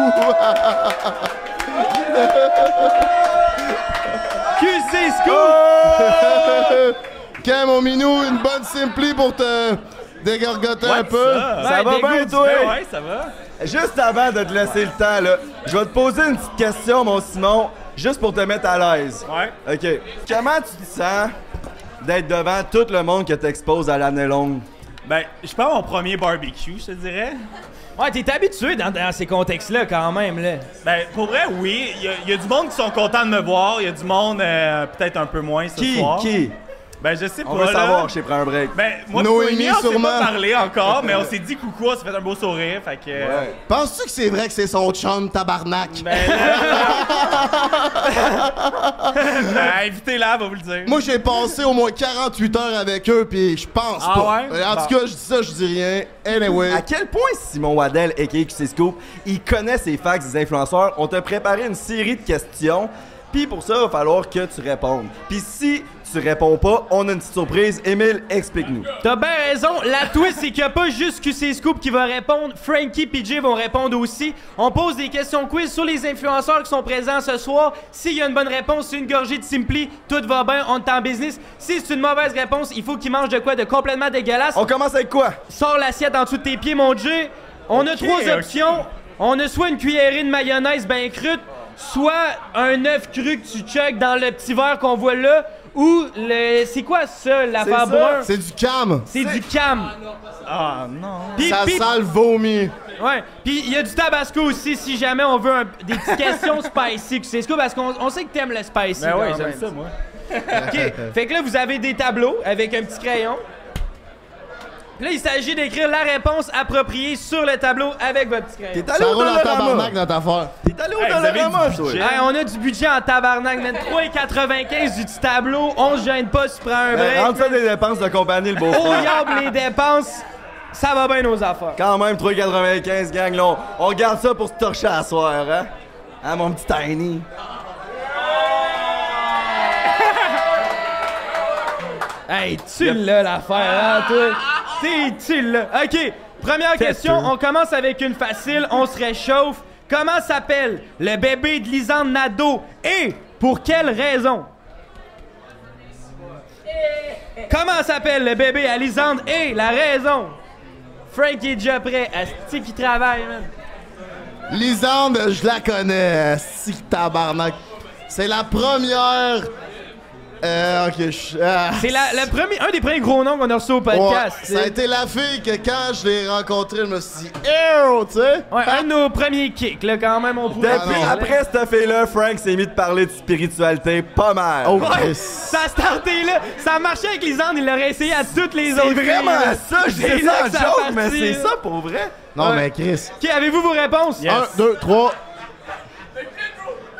Speaker 4: QC Scoop!
Speaker 1: Oh,
Speaker 3: Cam, mon minou, une bonne simpli pour te dégorgoter un peu.
Speaker 1: Ça va hein?
Speaker 4: dégoûte,
Speaker 1: bien,
Speaker 4: tu
Speaker 2: Ben
Speaker 1: toi?
Speaker 9: ben
Speaker 4: fais, Ouais, ça va.
Speaker 1: Juste avant de te laisser le temps, là, je vais te poser une petite question, mon Simon, juste pour te mettre à l'aise.
Speaker 2: Ouais.
Speaker 1: OK. Comment tu te sens d'être devant tout le monde que t'exposes à l'année longue?
Speaker 9: Ben, je pense mon premier barbecue, je te dirais.
Speaker 4: Ouais, t'es habitué dans, dans ces contextes-là quand même, là.
Speaker 9: Ben, pour vrai, oui. Il y a- il y, a du monde qui sont contents de me voir. Il y a du monde euh, peut-être un peu moins ce
Speaker 1: Qui?
Speaker 9: soir.
Speaker 1: Qui?
Speaker 9: Ben, je sais pas.
Speaker 1: On veut
Speaker 9: là.
Speaker 1: savoir, je sais, prends un break.
Speaker 9: Ben, moi,
Speaker 3: Noémie,
Speaker 9: Noémie, on s'est
Speaker 3: sûrement.
Speaker 9: pas parlé encore, mais on s'est dit coucou, on s'est fait un beau sourire. Fait que. euh,
Speaker 1: Ouais.
Speaker 3: Penses-tu que c'est vrai que c'est son chum, tabarnak?
Speaker 9: Ben, là. ben, invitez-la, elle va vous le dire.
Speaker 3: Moi, j'ai passé au moins 48 heures avec eux, puis je pense
Speaker 9: Ah
Speaker 3: pas.
Speaker 9: ouais?
Speaker 3: En
Speaker 9: Bon.
Speaker 3: tout cas, je dis ça, je dis rien. Anyway.
Speaker 1: À quel point Simon Waddell, a.k.a. QC Scoop, il connaît ses fax des influenceurs? On t'a préparé une série de questions, puis pour ça, il va falloir que tu répondes. Puis si tu réponds pas, on a une petite surprise. Émile, explique-nous.
Speaker 4: T'as bien raison. La twist, c'est qu'il n'y a pas juste QC Scoop qui va répondre. Frankie PJ vont répondre aussi. On pose des questions quiz sur les influenceurs qui sont présents ce soir. S'il y a une bonne réponse, c'est une gorgée de Simply. Tout va bien, on est en business. Si c'est une mauvaise réponse, il faut qu'il mange de quoi de complètement dégueulasse.
Speaker 1: On commence avec quoi?
Speaker 4: Sors l'assiette en dessous de tes pieds, mon Dieu. On a
Speaker 9: Ok,
Speaker 4: trois
Speaker 9: ok.
Speaker 4: options. On a soit une cuillerée de mayonnaise bien crue, soit un œuf cru que tu chuck dans le petit verre qu'on voit là, ou le. C'est quoi ça, l'affaire
Speaker 1: ça.
Speaker 4: brun?
Speaker 3: C'est du cam.
Speaker 4: C'est du cam.
Speaker 9: Ah, non.
Speaker 4: Pis,
Speaker 3: Ça
Speaker 4: pis-
Speaker 3: sale vomi.
Speaker 4: ouais. Pis il y a du tabasco aussi si jamais on veut un- des petites questions spicy, tu sais ce quoi, parce qu'on on sait que t'aimes le spicy.
Speaker 9: Ben, ouais,
Speaker 4: quand
Speaker 9: j'aime
Speaker 4: même.
Speaker 9: ça, moi.
Speaker 4: Ok. Fait que là, vous avez des tableaux avec un petit crayon. Puis Là, il s'agit d'écrire la réponse appropriée sur le tableau avec votre petit crayon.
Speaker 1: T'es allé
Speaker 3: Ça
Speaker 1: au
Speaker 3: roule en
Speaker 1: Dollarama.
Speaker 3: tabarnak dans ta affaire.
Speaker 1: T'es allé au
Speaker 9: Hey, vous avez
Speaker 1: Dollarama,
Speaker 9: du
Speaker 1: toi.
Speaker 9: budget.
Speaker 4: Hey, on a du budget en tabarnak, man. 3,95 du petit tableau. On se gêne pas si tu prends un
Speaker 1: Ben,
Speaker 4: break.
Speaker 1: rentre ça des dépenses de compagnie, le beau
Speaker 4: Oh, yab, les dépenses. Ça va bien nos affaires.
Speaker 1: Quand même, 3,95, gang, là, on, on garde ça pour se torcher à soir, hein? Hein, mon petit Tiny?
Speaker 4: Hey, tu l'as l'affaire, hein, toi? T'es tu l'as. Ok, première question, on commence avec une facile, on se réchauffe. Comment s'appelle le bébé de Lisanne Nadeau et pour quelle raison? Comment s'appelle le bébé à Lisande et la raison? Frank est déjà prêt, Asti qui travaille, man.
Speaker 3: Lisande, je la connais. Si tabarnak. C'est la première. Euh, ok, je. ah.
Speaker 4: C'est la- le premier, un des premiers gros noms qu'on a reçu au podcast.
Speaker 3: Ouais, ça a
Speaker 4: C'est-
Speaker 3: été la fille que quand je l'ai rencontrée, je me suis dit, Ew, tu sais. Hein?
Speaker 4: Ouais, hein? un de nos premiers kicks, là, quand même, on pouvait.
Speaker 1: Depuis,
Speaker 3: non.
Speaker 1: après cette fille-là, Frank s'est mis de parler de spiritualité pas mal.
Speaker 3: Oh,
Speaker 4: Ouais,
Speaker 3: Chris.
Speaker 4: ça startait là, ça marchait avec Lisande, il l'aurait essayé à toutes les
Speaker 1: c'est
Speaker 4: autres.
Speaker 1: vraiment
Speaker 4: filles, là.
Speaker 1: ça, je
Speaker 4: C'est
Speaker 1: dis
Speaker 4: là
Speaker 1: ça en
Speaker 4: que ça a
Speaker 1: joke, mais
Speaker 4: parti,
Speaker 1: c'est
Speaker 4: là.
Speaker 1: ça pour vrai.
Speaker 3: Non, mais Chris.
Speaker 4: Ok, avez-vous vos réponses?
Speaker 3: 1, 2, 3.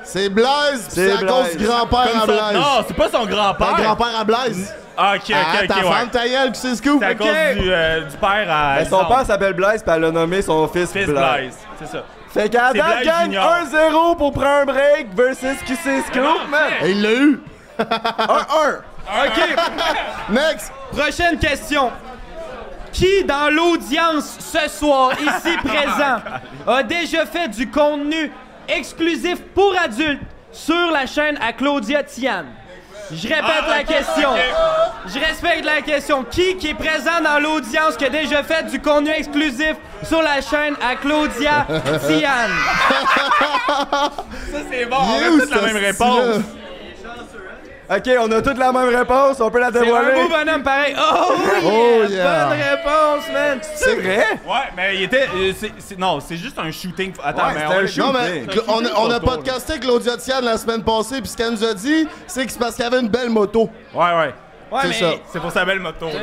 Speaker 3: C'est Blaise, pis
Speaker 1: C'est
Speaker 3: c'est à cause du
Speaker 1: Blaise.
Speaker 9: Comme
Speaker 3: grand-père à
Speaker 9: ça-
Speaker 3: Blaise.
Speaker 9: Non, c'est pas son
Speaker 3: Ton
Speaker 9: grand-père.
Speaker 3: grand-père à Blaise.
Speaker 9: Ah, ok, ok,
Speaker 3: Ah,
Speaker 9: ok.
Speaker 3: ta
Speaker 9: ouais.
Speaker 3: femme, ta gueule, pis c'est scoop.
Speaker 9: C'est à
Speaker 4: Ok.
Speaker 9: cause du, euh, du père à.
Speaker 1: Ben, son
Speaker 9: Lisande.
Speaker 1: père s'appelle Blaise, puis elle a nommé son fils,
Speaker 9: Fils
Speaker 1: Blaise.
Speaker 9: Blaise. C'est ça.
Speaker 1: Fait qu'à
Speaker 9: C'est
Speaker 1: date,
Speaker 9: Blaise
Speaker 1: gagne
Speaker 9: Junior. Ah,
Speaker 1: 1-0 pour prendre un break versus QC Scoop, man.
Speaker 3: Et il l'a eu.
Speaker 1: 1-1.
Speaker 4: Ok,
Speaker 3: Next.
Speaker 4: prochaine question. Qui dans l'audience ce soir, ici présent, a déjà fait du contenu exclusif pour adultes sur la chaîne à Claudia Tian? Je répète
Speaker 9: Ah,
Speaker 4: la
Speaker 9: ok,
Speaker 4: question.
Speaker 9: ok.
Speaker 4: Je respecte la question. Qui qui est présent dans l'audience qui a déjà fait du contenu exclusif sur la chaîne à Claudia Tian?
Speaker 9: Ça, c'est bon.
Speaker 3: Il est
Speaker 9: On
Speaker 3: où,
Speaker 9: a toutes la
Speaker 3: ce
Speaker 9: même
Speaker 3: style-là?
Speaker 9: réponse.
Speaker 1: OK, on a toutes la même réponse, on peut la
Speaker 4: C'est un
Speaker 1: dévoiler.
Speaker 4: beau bonhomme pareil. Oh, yeah,
Speaker 3: Oh, yeah.
Speaker 4: Bonne réponse, man!
Speaker 1: C'est vrai?
Speaker 9: Ouais, mais il était. euh, c'est- c'est- non, c'est juste un shooting. Attends,
Speaker 1: Ouais,
Speaker 9: mais
Speaker 1: c'était
Speaker 9: on
Speaker 1: un
Speaker 9: est-
Speaker 1: shoot.
Speaker 3: Non, mais
Speaker 9: Shooting.
Speaker 3: on, a- on a
Speaker 9: Shooting photo,
Speaker 3: podcasté Claudia Tian la semaine passée, puis ce qu'elle nous a dit, c'est que c'est parce qu'elle avait une belle moto.
Speaker 9: Ouais, ouais.
Speaker 4: Ouais,
Speaker 3: C'est
Speaker 4: mais-
Speaker 3: ça.
Speaker 9: C'est pour sa belle moto. là.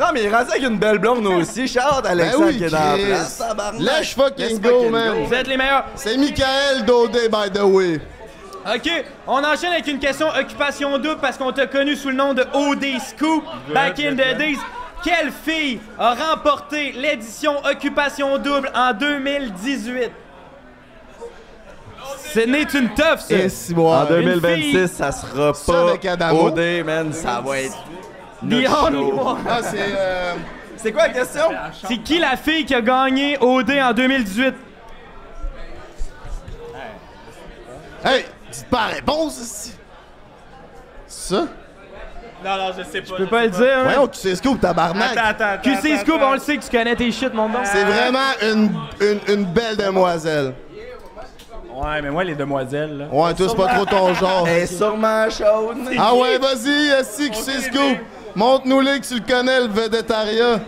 Speaker 1: Non, mais il est rendu avec une belle blonde aussi. Shout
Speaker 3: Ben
Speaker 1: Alexandre
Speaker 3: oui,
Speaker 1: qui est dans la
Speaker 3: Chris.
Speaker 1: place. tabarnak.
Speaker 3: Lâche fucking
Speaker 1: Let's
Speaker 3: go, man.
Speaker 4: Vous êtes les meilleurs.
Speaker 3: C'est Michael Daudé, by the way.
Speaker 4: OK, on enchaîne avec une question occupation double parce qu'on t'a connu sous le nom de OD Scoop back in the days. Quelle fille a remporté l'édition occupation double en 2018? Ce n'est une teuf, ça.
Speaker 3: Et si moi.
Speaker 1: En
Speaker 4: Une
Speaker 1: 2026,
Speaker 4: fille.
Speaker 1: ça sera
Speaker 3: Ça
Speaker 1: pas
Speaker 3: avec Adamo.
Speaker 1: OD, man. Ça va être...
Speaker 4: The
Speaker 1: notre
Speaker 4: only
Speaker 1: show.
Speaker 4: one.
Speaker 3: Ah, c'est. euh,
Speaker 1: C'est quoi la question?
Speaker 4: C'est qui la fille qui a gagné OD en 2018?
Speaker 3: Hey, dites pas la réponse ici. C'est ça?
Speaker 9: Non, non, je sais pas.
Speaker 4: Je peux pas le dire, hein?
Speaker 3: Voyons, tu sais ce qu'on tabarnak.
Speaker 9: Attends, attends, attends.
Speaker 4: QC
Speaker 9: attends,
Speaker 4: Scoop,
Speaker 9: attends.
Speaker 4: on le sait que tu connais tes shit, mon don.
Speaker 3: C'est vraiment une, une, une belle demoiselle.
Speaker 9: Ouais, mais moi, les demoiselles, là.
Speaker 3: Ouais, toi, c'est pas trop ton genre.
Speaker 1: Elle est sûrement chaude.
Speaker 3: Ah ouais, vas-y, assis, qui c'est scoop. Montre-nous-les que tu le connais, le vedettariat.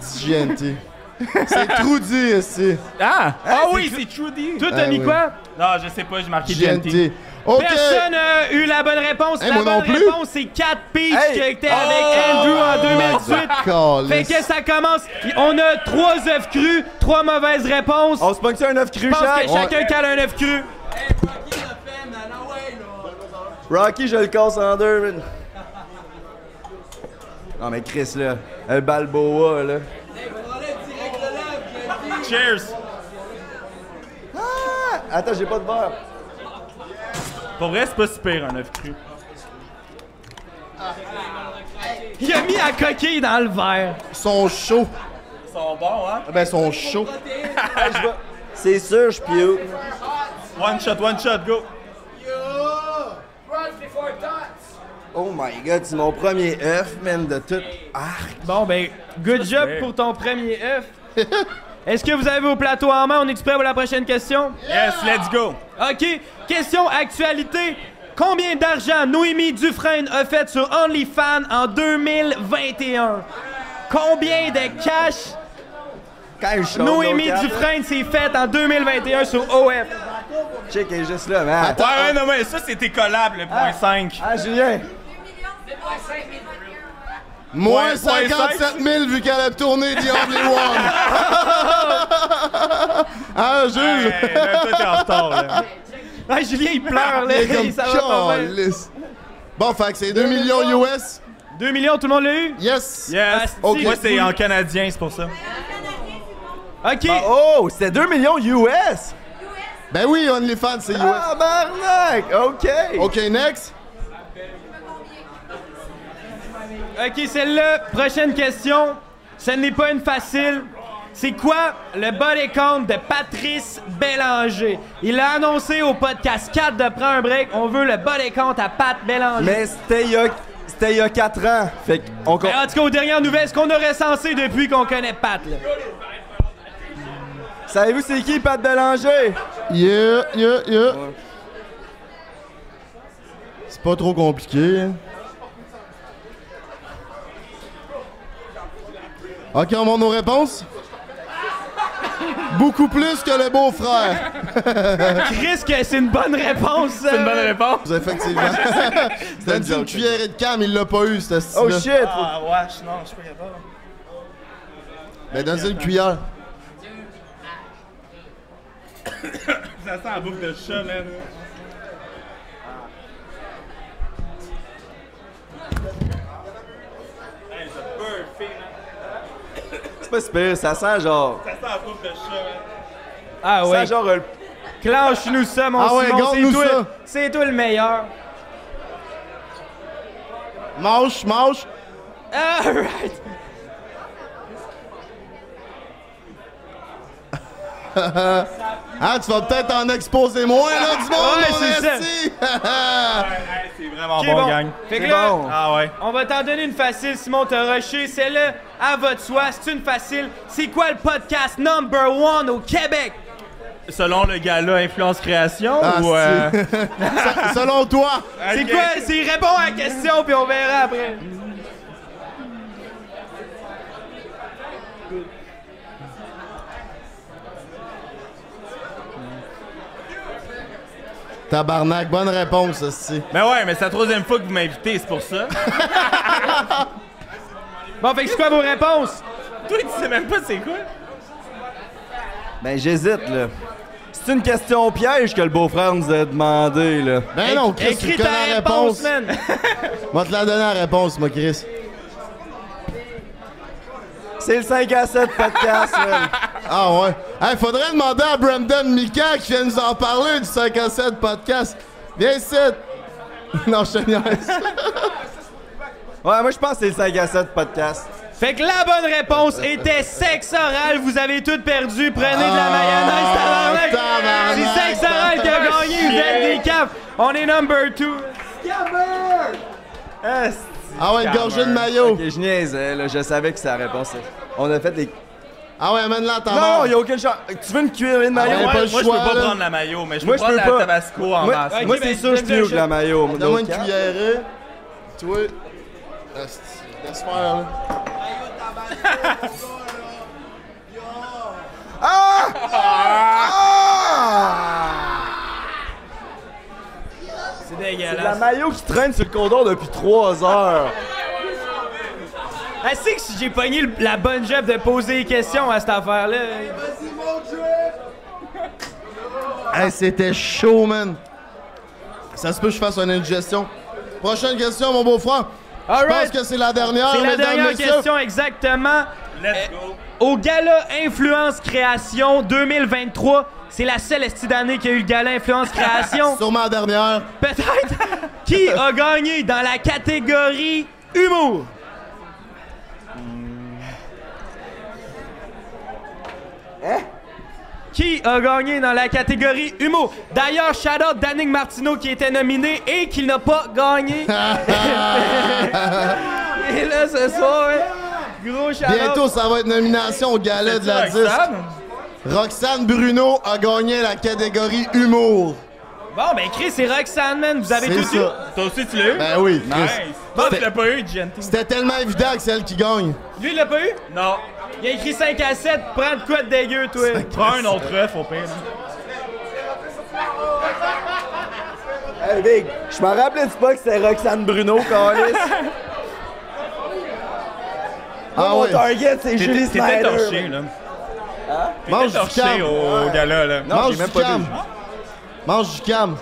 Speaker 9: Tiens.
Speaker 3: GNT. C'est Trudy, ici.
Speaker 9: Ah! Ah oui, c'est Trudy!
Speaker 4: Toi, t'as
Speaker 3: Ah
Speaker 4: mis
Speaker 3: oui.
Speaker 4: quoi?
Speaker 9: Non, je sais pas, j'ai marqué GNT.
Speaker 3: GNT. OK.
Speaker 4: Personne n'a eu la bonne réponse.
Speaker 3: Hey,
Speaker 4: la
Speaker 3: moi non
Speaker 4: bonne
Speaker 3: plus. Oh!
Speaker 4: réponse, c'est 4 Peach
Speaker 1: Hey.
Speaker 4: qui était avec Andrew en 2018. Fait
Speaker 3: Calisse.
Speaker 4: que ça commence. On a 3 œufs crus, 3 mauvaises réponses.
Speaker 3: Oh,
Speaker 1: On se pogne sur un œuf cru
Speaker 4: Je pense que
Speaker 1: chaque.
Speaker 4: chacun cale un œuf cru.
Speaker 1: Rocky, je le casse en deux, man. Non, mais Chris, là. Le Balboa, là.
Speaker 9: Cheers!
Speaker 1: Ah, Attends, j'ai pas de verre.
Speaker 9: Pour vrai, c'est pas super un œuf cru.
Speaker 4: Il a mis la coquille dans le verre.
Speaker 3: Ils sont chauds.
Speaker 9: Ils sont bons, hein?
Speaker 3: Ah Ben, ils sont chauds.
Speaker 1: C'est sûr, je pue.
Speaker 9: One shot, one shot, go!
Speaker 1: Oh my god, c'est mon premier œuf, man, de tout. Arc.
Speaker 4: Bon, ben, good job pour ton premier œuf. Est-ce que vous avez vos plateaux en main? On est prêt pour la prochaine question?
Speaker 9: Yes, let's go!
Speaker 4: OK, question actualité. Combien d'argent Noémie Dufresne a fait sur OnlyFans en 2021? Combien de cash
Speaker 1: Quand je suis chaud,
Speaker 4: Noémie
Speaker 1: donc,
Speaker 4: Dufresne s'est faite en 2021 sur OF?
Speaker 1: hein, Check, elle est juste là, man.
Speaker 9: Ouais, ouais, non, mais ça, c'était collable, le point 5.
Speaker 1: Ah, Julien.
Speaker 3: Moins
Speaker 9: Ouais, point
Speaker 3: 57 000 vu qu'elle a tourné The Only One. ah, Jules.
Speaker 9: Hey, là, toi, t'es en retard, là.
Speaker 4: Ah, Julien, il pleure, là.
Speaker 3: Il est comme
Speaker 4: ça va pas bien.
Speaker 3: calisse. Bon, fait que c'est 2 millions US.
Speaker 4: 2 millions, tout le monde l'a eu?
Speaker 3: Yes.
Speaker 1: Ah,
Speaker 9: Yes!
Speaker 3: Ok.
Speaker 9: Moi, c'est en canadien, c'est pour ça.
Speaker 4: OK.
Speaker 3: Bah,
Speaker 1: Oh, c'était 2 millions US.
Speaker 3: Ben oui, OnlyFans, c'est US.
Speaker 1: Ah, barnac. OK.
Speaker 3: OK, next.
Speaker 4: Ok, celle-là, prochaine question. Ce n'est pas une facile. C'est quoi le body count de Patrice Bélanger? Il a annoncé au podcast 4 de Prends un break. On veut le body count à Pat Bélanger.
Speaker 1: Mais c'était il y a- c'était il y a 4 ans. Fait qu'on...
Speaker 4: Mais Ben, en tout cas, aux dernières nouvelles, ce qu'on a recensé depuis qu'on connaît Pat, là.
Speaker 1: Savez-vous c'est qui, Pat Bélanger?
Speaker 3: Yeah, yeah, yeah. C'est pas trop compliqué. hein. Ok, on monte nos réponses. Beaucoup plus que le beau-frère.
Speaker 4: Chris, que c'est une bonne réponse.
Speaker 9: C'est une bonne réponse!
Speaker 3: Effectivement. C'était une cuillerée de cam, il l'a pas eu, ce style
Speaker 1: Oh, shit.
Speaker 9: Ah, wesh, non, je suis pas capable.
Speaker 3: Mais Ben, dans une cuillère.
Speaker 9: Ça sent la bouffe de chat, man. Hey, ça burfait, man.
Speaker 1: C'est pas super. Ça sent genre...
Speaker 9: Ça sent la bouffe de chat, man.
Speaker 4: Ah
Speaker 1: Ça
Speaker 4: ouais.
Speaker 1: sent genre... euh, le-
Speaker 4: Clenche-nous ça, mon
Speaker 3: Ah ouais,
Speaker 4: Simon. C'est
Speaker 3: garde-nous
Speaker 4: toi-
Speaker 3: ça.
Speaker 4: C'est toi le meilleur.
Speaker 3: Manche, manche.
Speaker 4: Alright.
Speaker 3: Hein, tu vas peut-être en exposer moins, là, du monde,
Speaker 4: Ouais, c'est
Speaker 3: mon esti.
Speaker 9: Hey, c'est vraiment
Speaker 4: Ok,
Speaker 9: Ah bon, gang.
Speaker 4: Fait que
Speaker 1: C'est
Speaker 4: là,
Speaker 1: bon.
Speaker 9: Ah ouais.
Speaker 4: On va t'en donner une facile, Simon t'as rushé. Celle-là, à votre choix, c'est une facile. C'est quoi le podcast number one au Québec?
Speaker 9: Selon le gars-là, influence création
Speaker 3: Ah,
Speaker 9: ou... euh,
Speaker 3: esti. Se- Selon toi,
Speaker 4: C'est
Speaker 9: Ok.
Speaker 4: quoi? C'est réponds à la question, puis on verra après.
Speaker 3: tabarnak, bonne réponse, aussi.
Speaker 9: Mais ben ouais, mais c'est la troisième fois que vous m'invitez, c'est pour ça.
Speaker 4: Bon, fait que c'est quoi vos réponses?
Speaker 9: Toi, tu sais même pas c'est quoi.
Speaker 1: Ben, j'hésite, là. C'est une question piège que le beau-frère nous a demandé, là.
Speaker 3: Ben non, Chris, tu
Speaker 4: Écris
Speaker 3: connais
Speaker 4: ta
Speaker 3: la réponse.
Speaker 4: réponse, man.
Speaker 3: Va te la donner la réponse, moi, Chris.
Speaker 1: C'est le 5 à 7 podcast, man.
Speaker 3: Ah ouais. Hey, faudrait demander à Brandon Mika qui vient nous en parler du 5 à 7 podcast. Viens ici. Non, je te niaise.
Speaker 1: Ouais, moi, je pense que c'est le 5 à 7 podcast.
Speaker 4: Fait que la bonne réponse était sexe oral. Vous avez tout perdu. Prenez de la mayonnaise,
Speaker 3: Ah,
Speaker 4: tabarnak.
Speaker 3: tabarnak, Ah,
Speaker 4: C'est sexe oral qui a
Speaker 3: tabarnak.
Speaker 4: gagné. Vous êtes des caves. On est number two.
Speaker 3: Ah ouais, une gorgée de maillot.
Speaker 1: Ok, je niaisais, là, je savais que c'est la réponse. On a fait des.
Speaker 3: Ah ouais, amène la ta
Speaker 1: Non, non, y'a aucune chance. Tu veux me cuire une
Speaker 3: Ah
Speaker 1: maillot?
Speaker 3: ouais,
Speaker 9: Moi,
Speaker 3: pas le
Speaker 9: moi, je
Speaker 3: choix,
Speaker 9: peux pas
Speaker 3: là.
Speaker 9: prendre la maillot, mais je peux
Speaker 1: Moi, je
Speaker 9: prendre
Speaker 1: peux
Speaker 9: la
Speaker 1: pas.
Speaker 9: tabasco en
Speaker 1: Moi,
Speaker 9: masse.
Speaker 1: moi, c'est sûr, je cuis la maillot.
Speaker 3: Donne-moi une
Speaker 1: Donc,
Speaker 3: cuillère. Toi. Asti, Laisse faire, là.
Speaker 1: Ah!
Speaker 4: C'est
Speaker 1: C'est la
Speaker 4: dégueulasse.
Speaker 1: maillot qui traîne sur le condor depuis 3 heures.
Speaker 4: Ah, c'est que si j'ai pogné le- la bonne job de poser des questions à cette affaire-là.
Speaker 3: Hey, c'était chaud, man. Ça se peut que je fasse une indigestion. Prochaine question, mon beau-frère. Je pense
Speaker 4: Alright.
Speaker 3: que c'est la dernière,
Speaker 4: C'est la
Speaker 3: mesdames,
Speaker 4: dernière
Speaker 3: messieurs.
Speaker 4: question exactement. Euh,
Speaker 9: Let's go.
Speaker 4: Au gala Influence Création 2023, c'est la seule estie d'année qu'il y a eu le gala Influence Création.
Speaker 3: Sûrement la dernière.
Speaker 4: Peut-être qui a gagné dans la catégorie humour.
Speaker 3: Hein?
Speaker 4: Qui a gagné dans la catégorie humour? D'ailleurs, shout-out Danning Martineau qui était nominé et qui n'a pas gagné. et là, ce soir, hein, gros shout-out.
Speaker 3: Bientôt, ça va être nomination au galet de la
Speaker 9: Roxane?
Speaker 3: 10. Roxane Bruno a gagné la catégorie humour.
Speaker 4: Bon, ben Chris et Roxanne, man, vous avez
Speaker 3: C'est
Speaker 4: tout eu.
Speaker 3: ça.
Speaker 9: Toi aussi, tu l'as eu?
Speaker 3: Ben oui, Chris.
Speaker 9: Nice. Toi, tu l'as pas eu, Gentil.
Speaker 3: C'était tellement évident que c'est elle qui gagne.
Speaker 4: Lui, il l'a pas eu?
Speaker 9: Non.
Speaker 4: Il a écrit 5 à 7, prends de quoi de dégueu, toi.
Speaker 9: Prends un autre œuf, au pire.
Speaker 1: Hey, Big, je m'en rappelais pas que c'était Roxane Bruno, Carlis.
Speaker 3: Ah
Speaker 1: Mon
Speaker 3: ouais.
Speaker 1: target, c'est
Speaker 9: T'étais
Speaker 1: Julie
Speaker 9: t'étais
Speaker 1: Snyder. Hein?
Speaker 9: torché, là.
Speaker 3: Mange
Speaker 9: T'étais
Speaker 3: du
Speaker 9: torché
Speaker 3: cam.
Speaker 9: au gala, là.
Speaker 1: Non,
Speaker 3: Mange
Speaker 1: j'ai même
Speaker 3: du
Speaker 1: pas
Speaker 3: cam.
Speaker 1: bu.
Speaker 3: Mange du cam.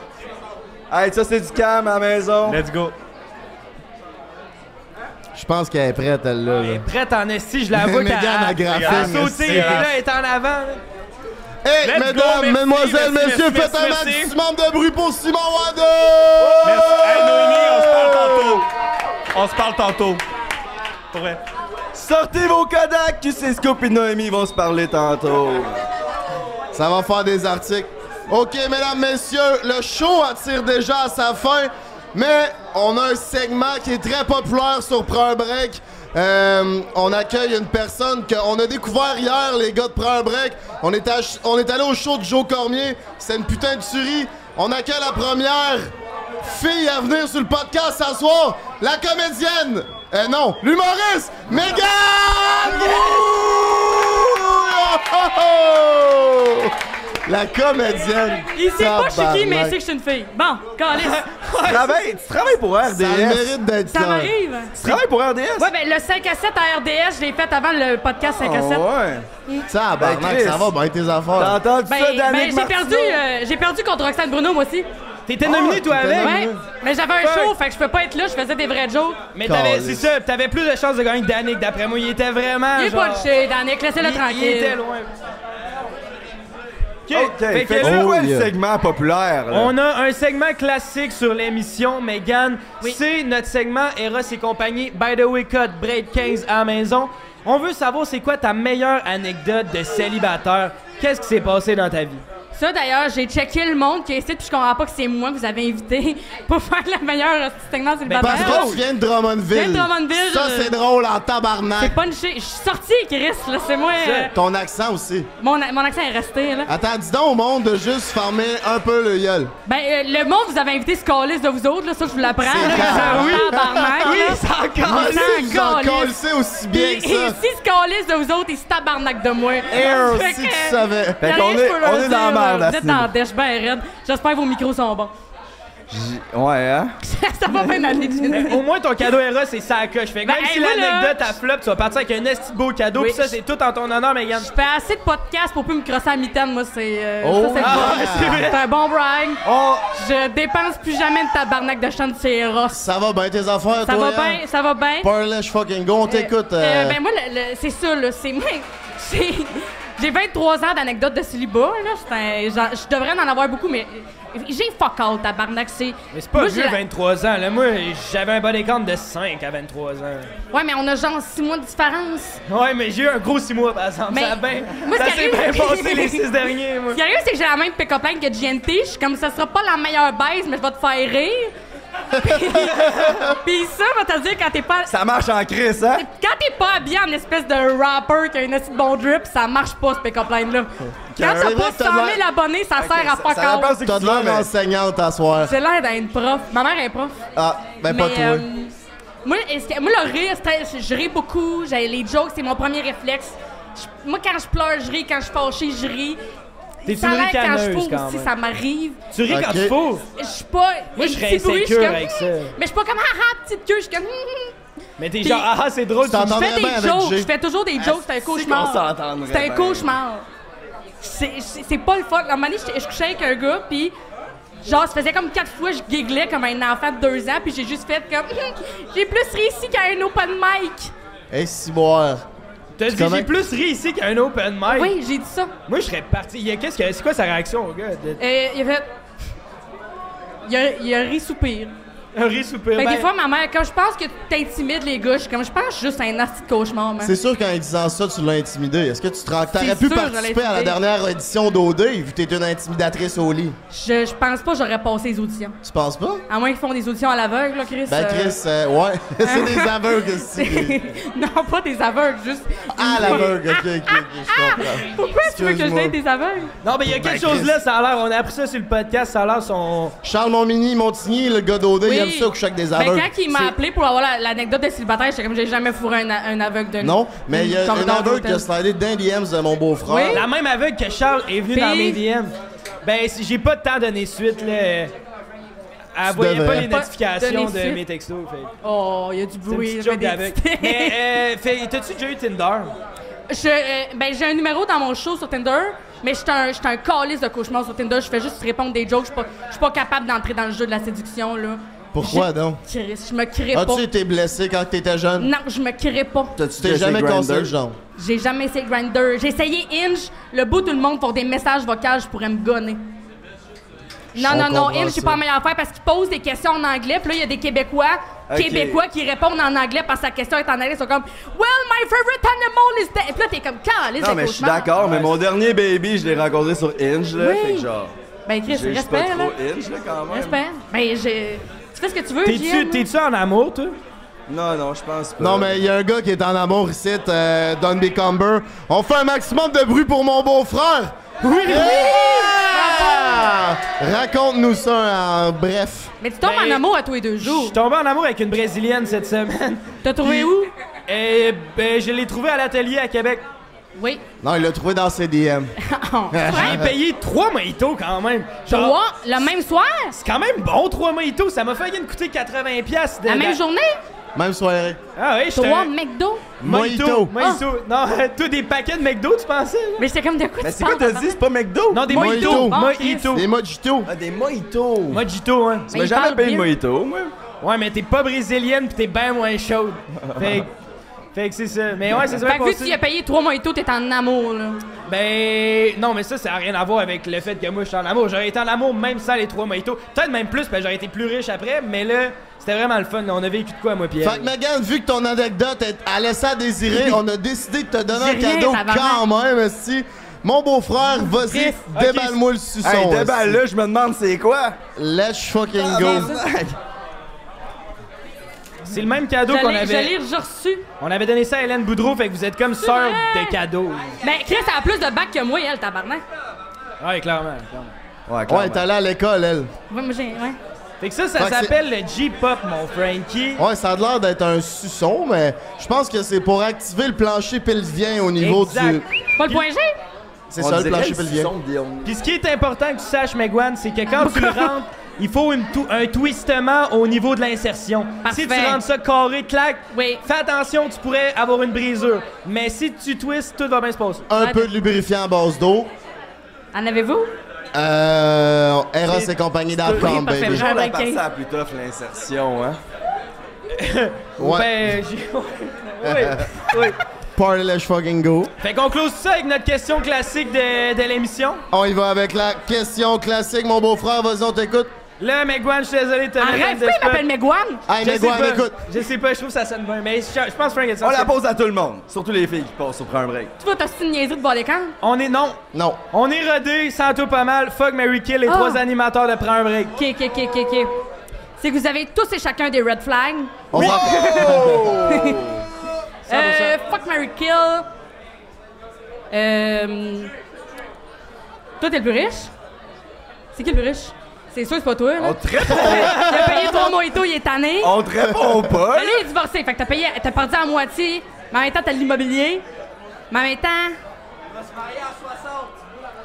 Speaker 1: Hey, ça, c'est du cam à la maison.
Speaker 9: Let's go.
Speaker 3: Je pense qu'elle est prête, elle, là. là.
Speaker 4: Prête en esti, je l'avoue Ah, qu'elle
Speaker 3: Mégane à graphisme,
Speaker 4: a sauté,
Speaker 9: c'est
Speaker 4: et là,
Speaker 9: grave.
Speaker 4: elle est en avant. là.
Speaker 3: Hey,
Speaker 9: Let's
Speaker 3: mesdames,
Speaker 9: go, merci,
Speaker 3: mesdemoiselles,
Speaker 9: merci,
Speaker 3: messieurs,
Speaker 9: merci,
Speaker 3: faites un
Speaker 9: merci.
Speaker 3: maximum de bruit pour Simon Wade!
Speaker 9: Merci. Hey, Noémie, on se parle tantôt. On se parle tantôt. Pour vrai.
Speaker 1: Sortez vos Kodak, tu sais, Scoop et Noémie vont se parler tantôt.
Speaker 3: Ça va faire des articles. OK, mesdames, messieurs, le show attire déjà à sa fin, mais on a un segment qui est très populaire sur Prends un Break. Euh, on accueille une personne qu'on a découvert hier, les gars de Prends un Break. On est, ach- on est allé au show de Joe Cormier. C'est une putain de tuerie. On accueille la première fille à venir sur le podcast ce soir, la comédienne. Euh, non, l'humoriste, Megan! Woo! Oh, La comédienne.
Speaker 5: Il sait pas je suis qui, mais il
Speaker 3: Tabarnak.
Speaker 5: sait que je suis une fille. Bon, calisse.
Speaker 1: Travaille, tu travailles pour RDS.
Speaker 3: Ça a le mérite d'être
Speaker 5: Ça
Speaker 3: là.
Speaker 5: m'arrive.
Speaker 1: Tu travailles pour RDS?
Speaker 5: Ouais, ben le 5 à 7 à RDS, je l'ai fait avant le podcast 5 à 7.
Speaker 1: Ah ouais.
Speaker 3: Tabarnak,
Speaker 1: Ben, Chris.
Speaker 3: ça va bien tes
Speaker 1: T'as
Speaker 3: affaires.
Speaker 1: entendu
Speaker 5: Ben,
Speaker 1: ça,
Speaker 5: ben,
Speaker 1: Danick
Speaker 5: j'ai perdu, euh, j'ai perdu contre Roxane Bruno, moi aussi.
Speaker 4: T'étais nominé, toi,
Speaker 3: t'étais
Speaker 4: avec.
Speaker 3: nominé.
Speaker 5: Ouais, mais j'avais un
Speaker 4: Fuck.
Speaker 5: show, fait que je peux pas être là, je faisais des vrais jokes.
Speaker 4: Mais t'avais, c'est
Speaker 3: Caliste.
Speaker 4: ça, t'avais plus de chances de gagner que Danick, d'après moi. Il était vraiment.
Speaker 5: Il est
Speaker 4: genre,
Speaker 5: pas le shit, Danick, laissez-le
Speaker 4: il- Il était
Speaker 5: tranquille.
Speaker 4: loin. Ok,
Speaker 1: OK,
Speaker 5: Ben,
Speaker 4: fait que
Speaker 1: fait que
Speaker 4: là,
Speaker 1: c'est quoi
Speaker 3: Oh,
Speaker 1: le
Speaker 3: yeah.
Speaker 1: segment populaire, là?
Speaker 4: On a un segment classique sur l'émission, Megan.
Speaker 5: Oui.
Speaker 4: C'est notre segment Eros et compagnie. By the way, cut, Braid 15 à la maison. On veut savoir c'est quoi ta meilleure anecdote de célibataire. Qu'est-ce qui s'est passé dans ta vie?
Speaker 5: Ça, d'ailleurs, j'ai checké le monde qui est ici, puis je comprends pas que c'est moi que vous avez invité pour faire la meilleure segment sur le
Speaker 3: Ben, Parce
Speaker 5: bataille.
Speaker 3: que tu viens de Drummondville.
Speaker 5: Je viens de Drummondville,
Speaker 3: Ça,
Speaker 5: je-
Speaker 3: c'est drôle en tabarnak.
Speaker 5: C'est punché. Je suis sortie, Chris, là, c'est moi. euh,
Speaker 3: Ton accent aussi.
Speaker 5: mon, mon accent est resté, là.
Speaker 3: Attends, dis donc au monde de juste fermer un peu le gueule.
Speaker 5: Ben, euh, le monde vous avez invité ce calice de vous autres, là, ça, je vous l'apprends.
Speaker 3: C'est
Speaker 5: là,
Speaker 3: clair.
Speaker 5: Tabarnak, là.
Speaker 4: ça
Speaker 5: Ah,
Speaker 3: Ah, si
Speaker 5: c'est
Speaker 3: vous en
Speaker 5: calice.
Speaker 3: colissez aussi bien
Speaker 5: Puis,
Speaker 3: que ça.
Speaker 5: ici, ce calice de vous autres, il se tabarnak de moi.
Speaker 3: Air, oh,
Speaker 5: Fait
Speaker 3: si
Speaker 5: que-
Speaker 3: tu savais.
Speaker 5: Y'a
Speaker 1: Fait
Speaker 5: rien
Speaker 1: qu'on
Speaker 5: que
Speaker 1: est,
Speaker 5: je peux
Speaker 1: on est
Speaker 5: leur
Speaker 1: dans la
Speaker 5: dire,
Speaker 1: merde,
Speaker 5: là. Vous êtes dans la
Speaker 1: là.
Speaker 5: dèche ben raide. J'espère que vos micros sont bons.
Speaker 1: Ouais, hein?
Speaker 5: ça va bien aller, Jenny.
Speaker 4: Au moins, ton cadeau Eros, c'est ça à coche. Fait que
Speaker 5: Ben,
Speaker 4: même si
Speaker 5: hey, moi, là,
Speaker 4: l'anecdote a flop, tu vas partir avec un esti beau cadeau.
Speaker 5: Oui.
Speaker 4: Puis ça, c'est tout en ton honneur, Megan.
Speaker 5: Je fais assez de podcasts pour plus me crosser à mi-temps. Moi, c'est. euh,
Speaker 3: Oh,
Speaker 5: ça, c'est le
Speaker 3: ah,
Speaker 5: bon.
Speaker 3: ouais, c'est vrai.
Speaker 5: C'est un bon brag.
Speaker 1: Oh,
Speaker 5: Je dépense plus jamais de tabarnak de chante chez Ross.
Speaker 3: Ça va bien tes affaires,
Speaker 5: Ça
Speaker 3: toi? hein?
Speaker 5: va bien, ça va bien.
Speaker 3: Parlash fucking go, on t'écoute.
Speaker 5: Euh,
Speaker 3: euh,
Speaker 5: ben moi, le- le- c'est ça, là. C'est moi. C'est. J'ai 23 ans d'anecdotes de célibat, là. C'est un- genre, Je devrais en avoir beaucoup, mais j'ai fuck all, tabarnak. C'est.
Speaker 4: Mais c'est pas
Speaker 5: Moi, j'ai
Speaker 4: vieux,
Speaker 5: la-
Speaker 4: 23 ans. Là, moi, j'avais un body count de 5 à 23 ans.
Speaker 5: Ouais, mais on a genre 6 mois de différence.
Speaker 4: Ouais, mais j'ai eu un gros 6 mois, par exemple.
Speaker 5: Mais-
Speaker 4: ça a bien,
Speaker 5: moi,
Speaker 4: ça
Speaker 5: ce
Speaker 4: s'est
Speaker 5: qui
Speaker 4: bien
Speaker 5: arrive-
Speaker 4: passé les 6 derniers, moi.
Speaker 5: Ce qui arrive, c'est que j'ai la même pick-up line que GNT. Je suis comme, ça sera pas la meilleure baisse, mais je vais te faire rire. Puis- Puis ça, va te dire quand t'es pas.
Speaker 1: Ça marche en crise, hein?
Speaker 5: Quand t'es pas habillé en espèce de rapper qui a une petite bon drip, ça marche pas ce pick-up line-là. Quand
Speaker 3: C'est
Speaker 5: t'as
Speaker 3: vrai
Speaker 5: pas
Speaker 3: que t'as de
Speaker 5: 100
Speaker 3: l'air-
Speaker 5: 000 abonnés, ça sert à pas
Speaker 1: Ça dépend
Speaker 5: encore.
Speaker 1: c'est
Speaker 3: T'as
Speaker 1: qui
Speaker 3: de
Speaker 1: tu veux,
Speaker 3: l'air
Speaker 1: mais-
Speaker 3: enseignante à soir.
Speaker 5: J'ai l'air d'être prof. Ma mère est prof.
Speaker 3: Ah, ben pas
Speaker 5: Mais,
Speaker 3: toi.
Speaker 5: euh, moi, est-ce que- moi, le rire, c'est- je ris beaucoup. J'ai les jokes, c'est mon premier réflexe. Je- moi, quand je pleure, je ris. Quand je suis fâchée, je ris.
Speaker 4: T'es
Speaker 5: Ça
Speaker 4: une
Speaker 5: l'air quand je
Speaker 4: ricaneuse,
Speaker 5: fous
Speaker 4: quand
Speaker 5: aussi,
Speaker 4: même.
Speaker 5: ça m'arrive.
Speaker 4: Tu ris quand
Speaker 3: Ok.
Speaker 4: tu fous.
Speaker 5: Je suis pas.
Speaker 4: Moi, je
Speaker 5: les
Speaker 4: serais
Speaker 5: petits bruits, je suis
Speaker 4: insécure
Speaker 5: comme,
Speaker 4: avec ça.
Speaker 5: Hmm. Mais je suis pas comme ah, ah, petite queue, je suis comme. hmm.
Speaker 4: Mais t'es
Speaker 5: Puis-
Speaker 4: genre, ah, ah, c'est drôle, tu
Speaker 3: T'entends-
Speaker 5: Je
Speaker 3: T'en
Speaker 5: fais
Speaker 3: aurais bien
Speaker 5: des
Speaker 3: avec
Speaker 5: jokes,
Speaker 3: Jay. Ah,
Speaker 5: je fais toujours des jokes, c'est un cauchemar.
Speaker 1: qu'on s'entendrait
Speaker 5: C'est un
Speaker 1: bien.
Speaker 5: cauchemar. C'est- C'est c'est pas le fun. À un moment donné, je, je couchais avec un gars, puis genre, ça faisait comme quatre fois, je giglais comme un enfant de deux ans, puis j'ai juste fait comme. Hum, j'ai plus réussi qu'à un open mic.
Speaker 3: Hey, Ciboire.
Speaker 4: T'as dit,
Speaker 3: comment-
Speaker 4: j'ai plus ri ici qu'à un open mic.
Speaker 5: Oui, j'ai dit ça.
Speaker 4: Moi, je serais parti. Il y a- qu'est-ce que, c'est quoi sa réaction au gars? De...
Speaker 5: Euh, il a fait. Il a, il a ri soupir.
Speaker 3: Eh
Speaker 4: Un rire soupir.
Speaker 5: Fait que
Speaker 4: ben,
Speaker 5: des fois, ma mère, quand je pense que t'intimides les gars, je suis comme, je pense que je suis juste un nasty de cauchemar, man.
Speaker 3: C'est sûr qu'en disant ça, tu l'as intimidé. Est-ce que tu te rends- t'aurais
Speaker 5: C'est
Speaker 3: pu
Speaker 5: sûr, je l'ai
Speaker 3: participer à la
Speaker 5: intimidé.
Speaker 3: dernière édition d'OD vu que t'es une intimidatrice au lit?
Speaker 5: Je, je pense pas que j'aurais passé les auditions.
Speaker 3: Tu penses pas?
Speaker 5: À moins qu'ils font des auditions à l'aveugle, là, Chris.
Speaker 3: Ben
Speaker 5: euh,
Speaker 3: Chris, euh, ouais, c'est des aveugles aussi.
Speaker 5: non, pas des aveugles, juste.
Speaker 3: À Ah, l'aveugle, ok, ok, ok, je comprends.
Speaker 5: Pourquoi tu veux que je
Speaker 3: Excuse-moi.
Speaker 5: date des aveugles?
Speaker 4: Non, mais il y a quelque
Speaker 3: Ben,
Speaker 4: chose
Speaker 3: Chris.
Speaker 4: là, ça a l'air. On a appris ça sur le podcast, ça a l'air son.
Speaker 3: Charles Montmini, Montigny, le gars d'OD, il aime ça coucher avec des
Speaker 5: Ben,
Speaker 3: aveugles.
Speaker 5: quand il m'a appelé pour avoir la- l'anecdote de célibataire, j'étais comme, j'ai jamais fourré un, a- un aveugle de nuit.
Speaker 3: Non, mais il y a
Speaker 5: Comme
Speaker 3: un
Speaker 5: dans
Speaker 3: aveugle
Speaker 5: l'hôtel.
Speaker 3: qui a slidé dans les DMs de mon beau-frère.
Speaker 5: Oui.
Speaker 4: La même aveugle que Charles est venu dans mes
Speaker 5: Puis-
Speaker 4: DM. Ben, si j'ai pas de temps donné suite, là. euh, Elle
Speaker 3: Tu
Speaker 4: voyait pas
Speaker 3: devrais.
Speaker 4: les
Speaker 5: Pas
Speaker 4: notifications
Speaker 5: donné
Speaker 4: de
Speaker 5: suite.
Speaker 4: mes textos. Fait. que
Speaker 5: Oh, il y a du
Speaker 4: C'est une
Speaker 5: bruit.
Speaker 4: petite
Speaker 5: je fais
Speaker 4: joke
Speaker 5: des
Speaker 4: d'aveugle.
Speaker 5: petits-
Speaker 4: Mais, euh, fait, t'as-tu déjà eu Tinder?
Speaker 5: Je, euh, ben, j'ai un numéro dans mon show sur Tinder, mais je suis un, je suis un calice de cauchemar sur Tinder. Je fais juste répondre des jokes. Je suis pas, je suis pas capable d'entrer dans le jeu de la séduction, là.
Speaker 3: Pourquoi
Speaker 5: J'ai-
Speaker 3: donc?
Speaker 5: Chris, je me crée pas.
Speaker 3: As-tu été blessé quand t'étais jeune?
Speaker 5: Non, je me crée pas.
Speaker 3: Tu
Speaker 1: T'as-tu
Speaker 3: t'es jamais cassé le
Speaker 1: conseillé
Speaker 3: genre.
Speaker 5: J'ai jamais essayé Grindr. J'ai essayé Inge. Le bout, tout le monde pour des messages vocaux, je pourrais me gonner. Non,
Speaker 3: On
Speaker 5: non, non,
Speaker 3: comprend
Speaker 5: Inge, c'est
Speaker 3: ça.
Speaker 5: pas la meilleure affaire parce qu'il pose des questions en anglais. Puis là, il y a des Québécois,
Speaker 1: Ok.
Speaker 5: Québécois qui répondent en anglais parce que sa question est en anglais. Ils sont comme Well, my favorite animal is that. Puis là, t'es comme Calais,
Speaker 1: Non, mais je suis d'accord, mais mon dernier baby, je l'ai rencontré sur Inge, là.
Speaker 5: Oui.
Speaker 1: Fait que genre.
Speaker 5: Ben, Chris,
Speaker 1: j'ai- je suis pas
Speaker 5: respect, là.
Speaker 1: trop Inge, là, quand même.
Speaker 5: Respect. Ben, j'ai. Tu fais ce que tu veux,
Speaker 4: T'es-tu,
Speaker 5: JM, là.
Speaker 4: t'es-tu en amour, toi?
Speaker 1: Non, non, je pense pas.
Speaker 3: Non, mais il y a un gars qui est en amour ici, euh, Don Cumber. On fait un maximum de bruit pour mon beau-frère! Oui! Raconte-nous ça en bref.
Speaker 5: Mais tu tombes
Speaker 4: Ben,
Speaker 5: en amour à tous les deux
Speaker 4: Je
Speaker 5: jours.
Speaker 4: suis tombé en amour avec une Brésilienne cette semaine.
Speaker 5: T'as trouvé
Speaker 4: Puis-
Speaker 5: où?
Speaker 4: Et ben, je l'ai trouvée à l'atelier à Québec.
Speaker 5: Oui.
Speaker 3: Non, il l'a trouvé dans ses DM.
Speaker 4: J'ai payé trois mojitos quand même. Genre,
Speaker 5: Ah, Trois, le même soir?
Speaker 4: C'est quand même bon, trois mojitos. Ça m'a failli me coûter 80 pièces.
Speaker 5: La même journée?
Speaker 3: Même soirée.
Speaker 4: Ah oui, j'étais...
Speaker 5: Trois Ah.
Speaker 4: un-
Speaker 5: McDo?
Speaker 4: Mojito.
Speaker 3: Mojito.
Speaker 4: Mojito. Non, tous des paquets de McDo, tu pensais? là?
Speaker 5: Mais j'étais comme de quoi
Speaker 1: Mais
Speaker 5: tu
Speaker 1: c'est quoi,
Speaker 5: parles,
Speaker 1: t'as dit? C'est pas McDo?
Speaker 4: Non, des
Speaker 3: Mojito.
Speaker 4: mojitos.
Speaker 5: Ah,
Speaker 4: Mojito.
Speaker 3: Des mojitos.
Speaker 1: Ah, des mojitos.
Speaker 4: Mojito, hein.
Speaker 1: Tu
Speaker 5: Mais
Speaker 1: m'as
Speaker 5: il
Speaker 1: jamais
Speaker 5: parle
Speaker 1: payé de
Speaker 5: bien.
Speaker 1: mojito, moi.
Speaker 4: Ouais, mais t'es pas brésilienne pis t'es bien moins chaude. Fait que... Fait que c'est ça. Mais ouais, c'est ça.
Speaker 5: Fait que vu
Speaker 4: passé.
Speaker 5: que tu y as payé trois mois et tout, t'es en amour, là.
Speaker 4: Ben. Non, mais ça, ça a rien à voir avec le fait que moi, je suis en amour. J'aurais été en amour même sans les trois mojitos. Peut-être même plus, parce que j'aurais été plus riche après. Mais là, c'était vraiment le fun. là. On a vécu de quoi, moi, Pierre?
Speaker 3: Fait que Megan, vu que ton anecdote est- a laissé à désirer, on a décidé de te donner un
Speaker 5: Dis rien,
Speaker 3: cadeau
Speaker 5: tabarnak.
Speaker 3: quand même, si. Mon beau-frère, vas-y,
Speaker 4: Chris, ok.
Speaker 3: déballe-moi le suçon.
Speaker 1: Hey,
Speaker 3: esti.
Speaker 1: déballe-là, je me demande c'est quoi.
Speaker 3: Let's fucking go.
Speaker 1: Tabarnak.
Speaker 4: C'est le même cadeau qu'on
Speaker 5: J'allais-
Speaker 4: avait.
Speaker 5: J'allais j'ai reçu.
Speaker 4: On avait donné ça à Hélène Boudreau, fait que vous êtes comme sœur
Speaker 5: vrai!
Speaker 4: de cadeaux.
Speaker 5: Ben, Chris, elle a plus de bac que moi, elle, tabarnak.
Speaker 4: Ouais, clairement. clairement.
Speaker 1: Ouais,
Speaker 3: Ouais,
Speaker 1: clairement.
Speaker 3: t'es allé à l'école, elle.
Speaker 5: Ouais, moi, j'ai. Ouais.
Speaker 4: Fait que ça,
Speaker 3: Fait
Speaker 4: ça
Speaker 3: que c'est-
Speaker 4: s'appelle le G-Pop, mon Frankie.
Speaker 3: Ouais, ça a l'air d'être un suçon, mais je pense que c'est pour activer le plancher pelvien au niveau du.
Speaker 4: Exact.
Speaker 5: Pas le point G?
Speaker 3: C'est
Speaker 1: On
Speaker 3: ça, le
Speaker 1: dirait
Speaker 3: plancher
Speaker 1: le
Speaker 3: pelvien.
Speaker 1: son de Guillaume.
Speaker 4: Puis ce qui est important que tu saches, Megwan, c'est que quand tu le rentres, il faut une tou- un twistement au niveau de l'insertion. Si tu
Speaker 5: Parfait.
Speaker 4: rentres ça carré, claque,
Speaker 5: Oui.
Speaker 4: fais attention, tu pourrais avoir une brisure. Mais si tu twistes, tout va bien se passer.
Speaker 3: Un peu de lubrifiant à base d'eau.
Speaker 5: En avez-vous?
Speaker 3: Euh. Eros et compagnie
Speaker 5: Oui,
Speaker 3: d'Arkham, baby.
Speaker 5: parfait, j'en
Speaker 1: Toujours ben, la
Speaker 5: avec
Speaker 1: partie
Speaker 5: un.
Speaker 1: la plus tough, l'insertion, hein.
Speaker 3: Ouais.
Speaker 4: Ben, j'ai- oui, oui.
Speaker 3: Party let's fucking go.
Speaker 4: Fait qu'on close ça avec notre question classique de, de l'émission.
Speaker 3: On y va avec la question classique, mon beau-frère. Vas-y, on t'écoute.
Speaker 4: Là, Megwan, je suis désolé de te mettre
Speaker 5: Arrête,
Speaker 4: dans le
Speaker 5: pourquoi il
Speaker 4: spot.
Speaker 5: m'appelle Megwan?
Speaker 3: Hey,
Speaker 4: Je sais
Speaker 3: Megwan,
Speaker 4: pas,
Speaker 3: écoute. Oh,
Speaker 4: Je sais pas, je trouve que ça sonne bien, mais je, je pense Frank est
Speaker 3: Ah,
Speaker 1: On la pose à tout le monde, surtout les filles qui passent au premier break.
Speaker 5: Tu vas t'assister une niaiserie de voir les camps?
Speaker 4: On est non.
Speaker 3: Non.
Speaker 4: On est rodé, sans tout pas mal. Fuck Mary Kill, les
Speaker 5: Ah.
Speaker 4: trois animateurs de Prends un break.
Speaker 5: Ok, ok, ok, ok, ok. C'est que vous avez tous et chacun des red flags.
Speaker 3: On s'en-
Speaker 5: Euh, fuck Mary Kill. Euh. Toi, t'es le plus riche? C'est qui le plus riche? C'est sûr, que c'est pas toi, là.
Speaker 1: On te répond,
Speaker 5: Il a payé ton moito, il est tanné.
Speaker 1: on te répond pas.
Speaker 5: Mais lui, il est divorcé, fait que t'as payé, t'as perdu à moitié. Mais en même temps, t'as de l'immobilier. Mais en même temps. Je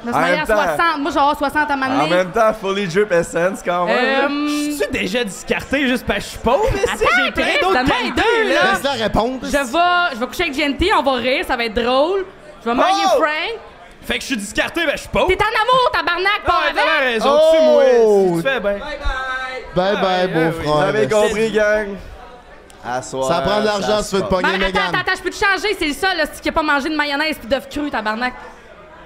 Speaker 5: vais se
Speaker 1: En
Speaker 5: marier
Speaker 1: même
Speaker 5: à 60. Je vais
Speaker 1: temps.
Speaker 5: se marier à 60. Moi, je vais avoir 60 à ma
Speaker 1: En même temps, Fully Drip Essence quand même.
Speaker 5: Euh,
Speaker 4: Tu déjà discarté juste parce que je suis pauvre, si
Speaker 5: Attends,
Speaker 4: j'ai plein
Speaker 5: Chris,
Speaker 4: d'autres
Speaker 5: donne-moi
Speaker 4: qualités,
Speaker 5: deux,
Speaker 4: là.
Speaker 5: là.
Speaker 3: Laisse la réponse.
Speaker 5: je vais, je vais coucher avec GNT, on va rire, ça va être drôle. Je vais marier
Speaker 1: Oh!
Speaker 5: Frank.
Speaker 4: Fait que je suis discarté, ben je suis pauvre.
Speaker 5: T'es en amour, tabarnak, pas
Speaker 4: Ah, t'as
Speaker 5: avec.
Speaker 4: raison,
Speaker 3: Oh!
Speaker 4: tue-moi, si tu fais bien.
Speaker 3: Bye bye,
Speaker 1: Vous
Speaker 3: beau-frère.
Speaker 1: avez compris, gang? À soir,
Speaker 3: Ça prend de l'argent
Speaker 1: ça
Speaker 3: si
Speaker 1: se
Speaker 3: tu veux te
Speaker 1: passe.
Speaker 3: pogner
Speaker 5: Ben, attends,
Speaker 3: Megan.
Speaker 5: attends, attends, je peux te changer, c'est le seul, là, si qui a pas mangé de mayonnaise pis d'œufs crus, tabarnak.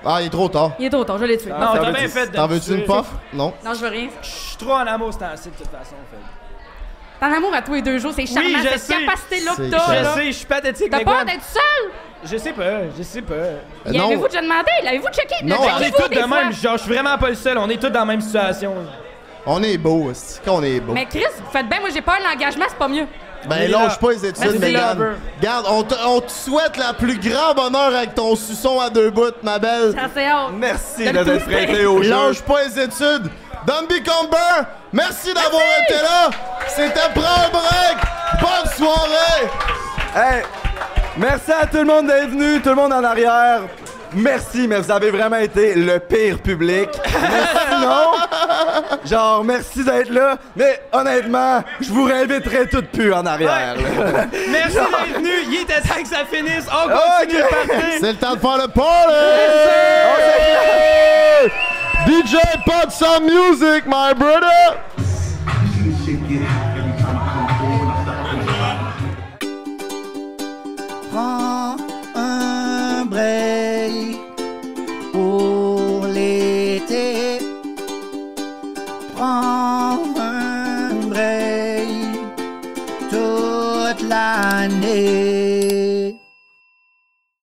Speaker 3: Ah, il est trop tard.
Speaker 5: Il est trop tard, je l'ai tué.
Speaker 4: Non,
Speaker 1: ça
Speaker 4: t'as
Speaker 1: veut
Speaker 4: bien
Speaker 1: dire-
Speaker 4: fait de
Speaker 3: T'en
Speaker 4: me
Speaker 3: veux-tu
Speaker 4: tuer.
Speaker 3: une puff? Non.
Speaker 5: Non, je veux rien.
Speaker 4: Je suis trop en amour ce temps-ci, de toute façon, fait.
Speaker 5: T'es en amour à tous les deux jours, c'est charmant,
Speaker 4: je
Speaker 5: cette
Speaker 4: sais.
Speaker 5: capacité-là que
Speaker 3: C'est
Speaker 5: t'as.
Speaker 3: clair.
Speaker 4: Je
Speaker 5: là.
Speaker 4: sais, je suis pathétique,
Speaker 5: T'as
Speaker 4: mais
Speaker 5: peur
Speaker 4: Gwen,
Speaker 5: d'être seul?
Speaker 4: Je sais pas, je sais pas.
Speaker 3: Euh,
Speaker 5: Y
Speaker 3: Non.
Speaker 5: avez-vous déjà demandé? L'avez-vous checké?
Speaker 3: Non,
Speaker 4: On est
Speaker 5: Checkez-vous
Speaker 4: tous
Speaker 5: des
Speaker 4: de
Speaker 5: fois.
Speaker 4: même, genre, je suis vraiment pas le seul, on est tous dans la même situation.
Speaker 3: On est beau, c'est qu'on est beau.
Speaker 5: Mais Chris, vous faites bien, moi j'ai peur de l'engagement, c'est pas mieux.
Speaker 3: Ben
Speaker 4: Mais
Speaker 3: lâche
Speaker 4: là-
Speaker 3: pas les
Speaker 4: Mais
Speaker 3: études,
Speaker 4: c'est
Speaker 3: Megan.
Speaker 4: lover.
Speaker 3: Garde, on te, on te souhaite la plus grand bonheur avec ton suçon à deux bouts, ma belle.
Speaker 5: Ça, c'est hâte.
Speaker 1: Merci
Speaker 5: T'as
Speaker 1: de
Speaker 5: le
Speaker 1: t'être
Speaker 5: tout
Speaker 1: prêté
Speaker 5: fait.
Speaker 1: au jeu.
Speaker 3: Lâche pas les études. Dumby Comber, merci d'avoir été là. C'était Prends un break. Bonne soirée.
Speaker 1: Hey, merci à tout le monde d'être venu, tout le monde en arrière. Merci, mais vous avez vraiment été le pire public. Mais sinon, genre, merci d'être là. Mais honnêtement, je vous réinviterai tout pu en arrière. là.
Speaker 4: Merci d'être venu, il était temps que ça finisse, on continue
Speaker 1: Ok.
Speaker 4: de partir.
Speaker 3: C'est le temps de faire le party.
Speaker 1: On s'éclate.
Speaker 3: DJ Pod Some Music, my brother.
Speaker 7: prends un break pour l'été. Prends un break toute l'année.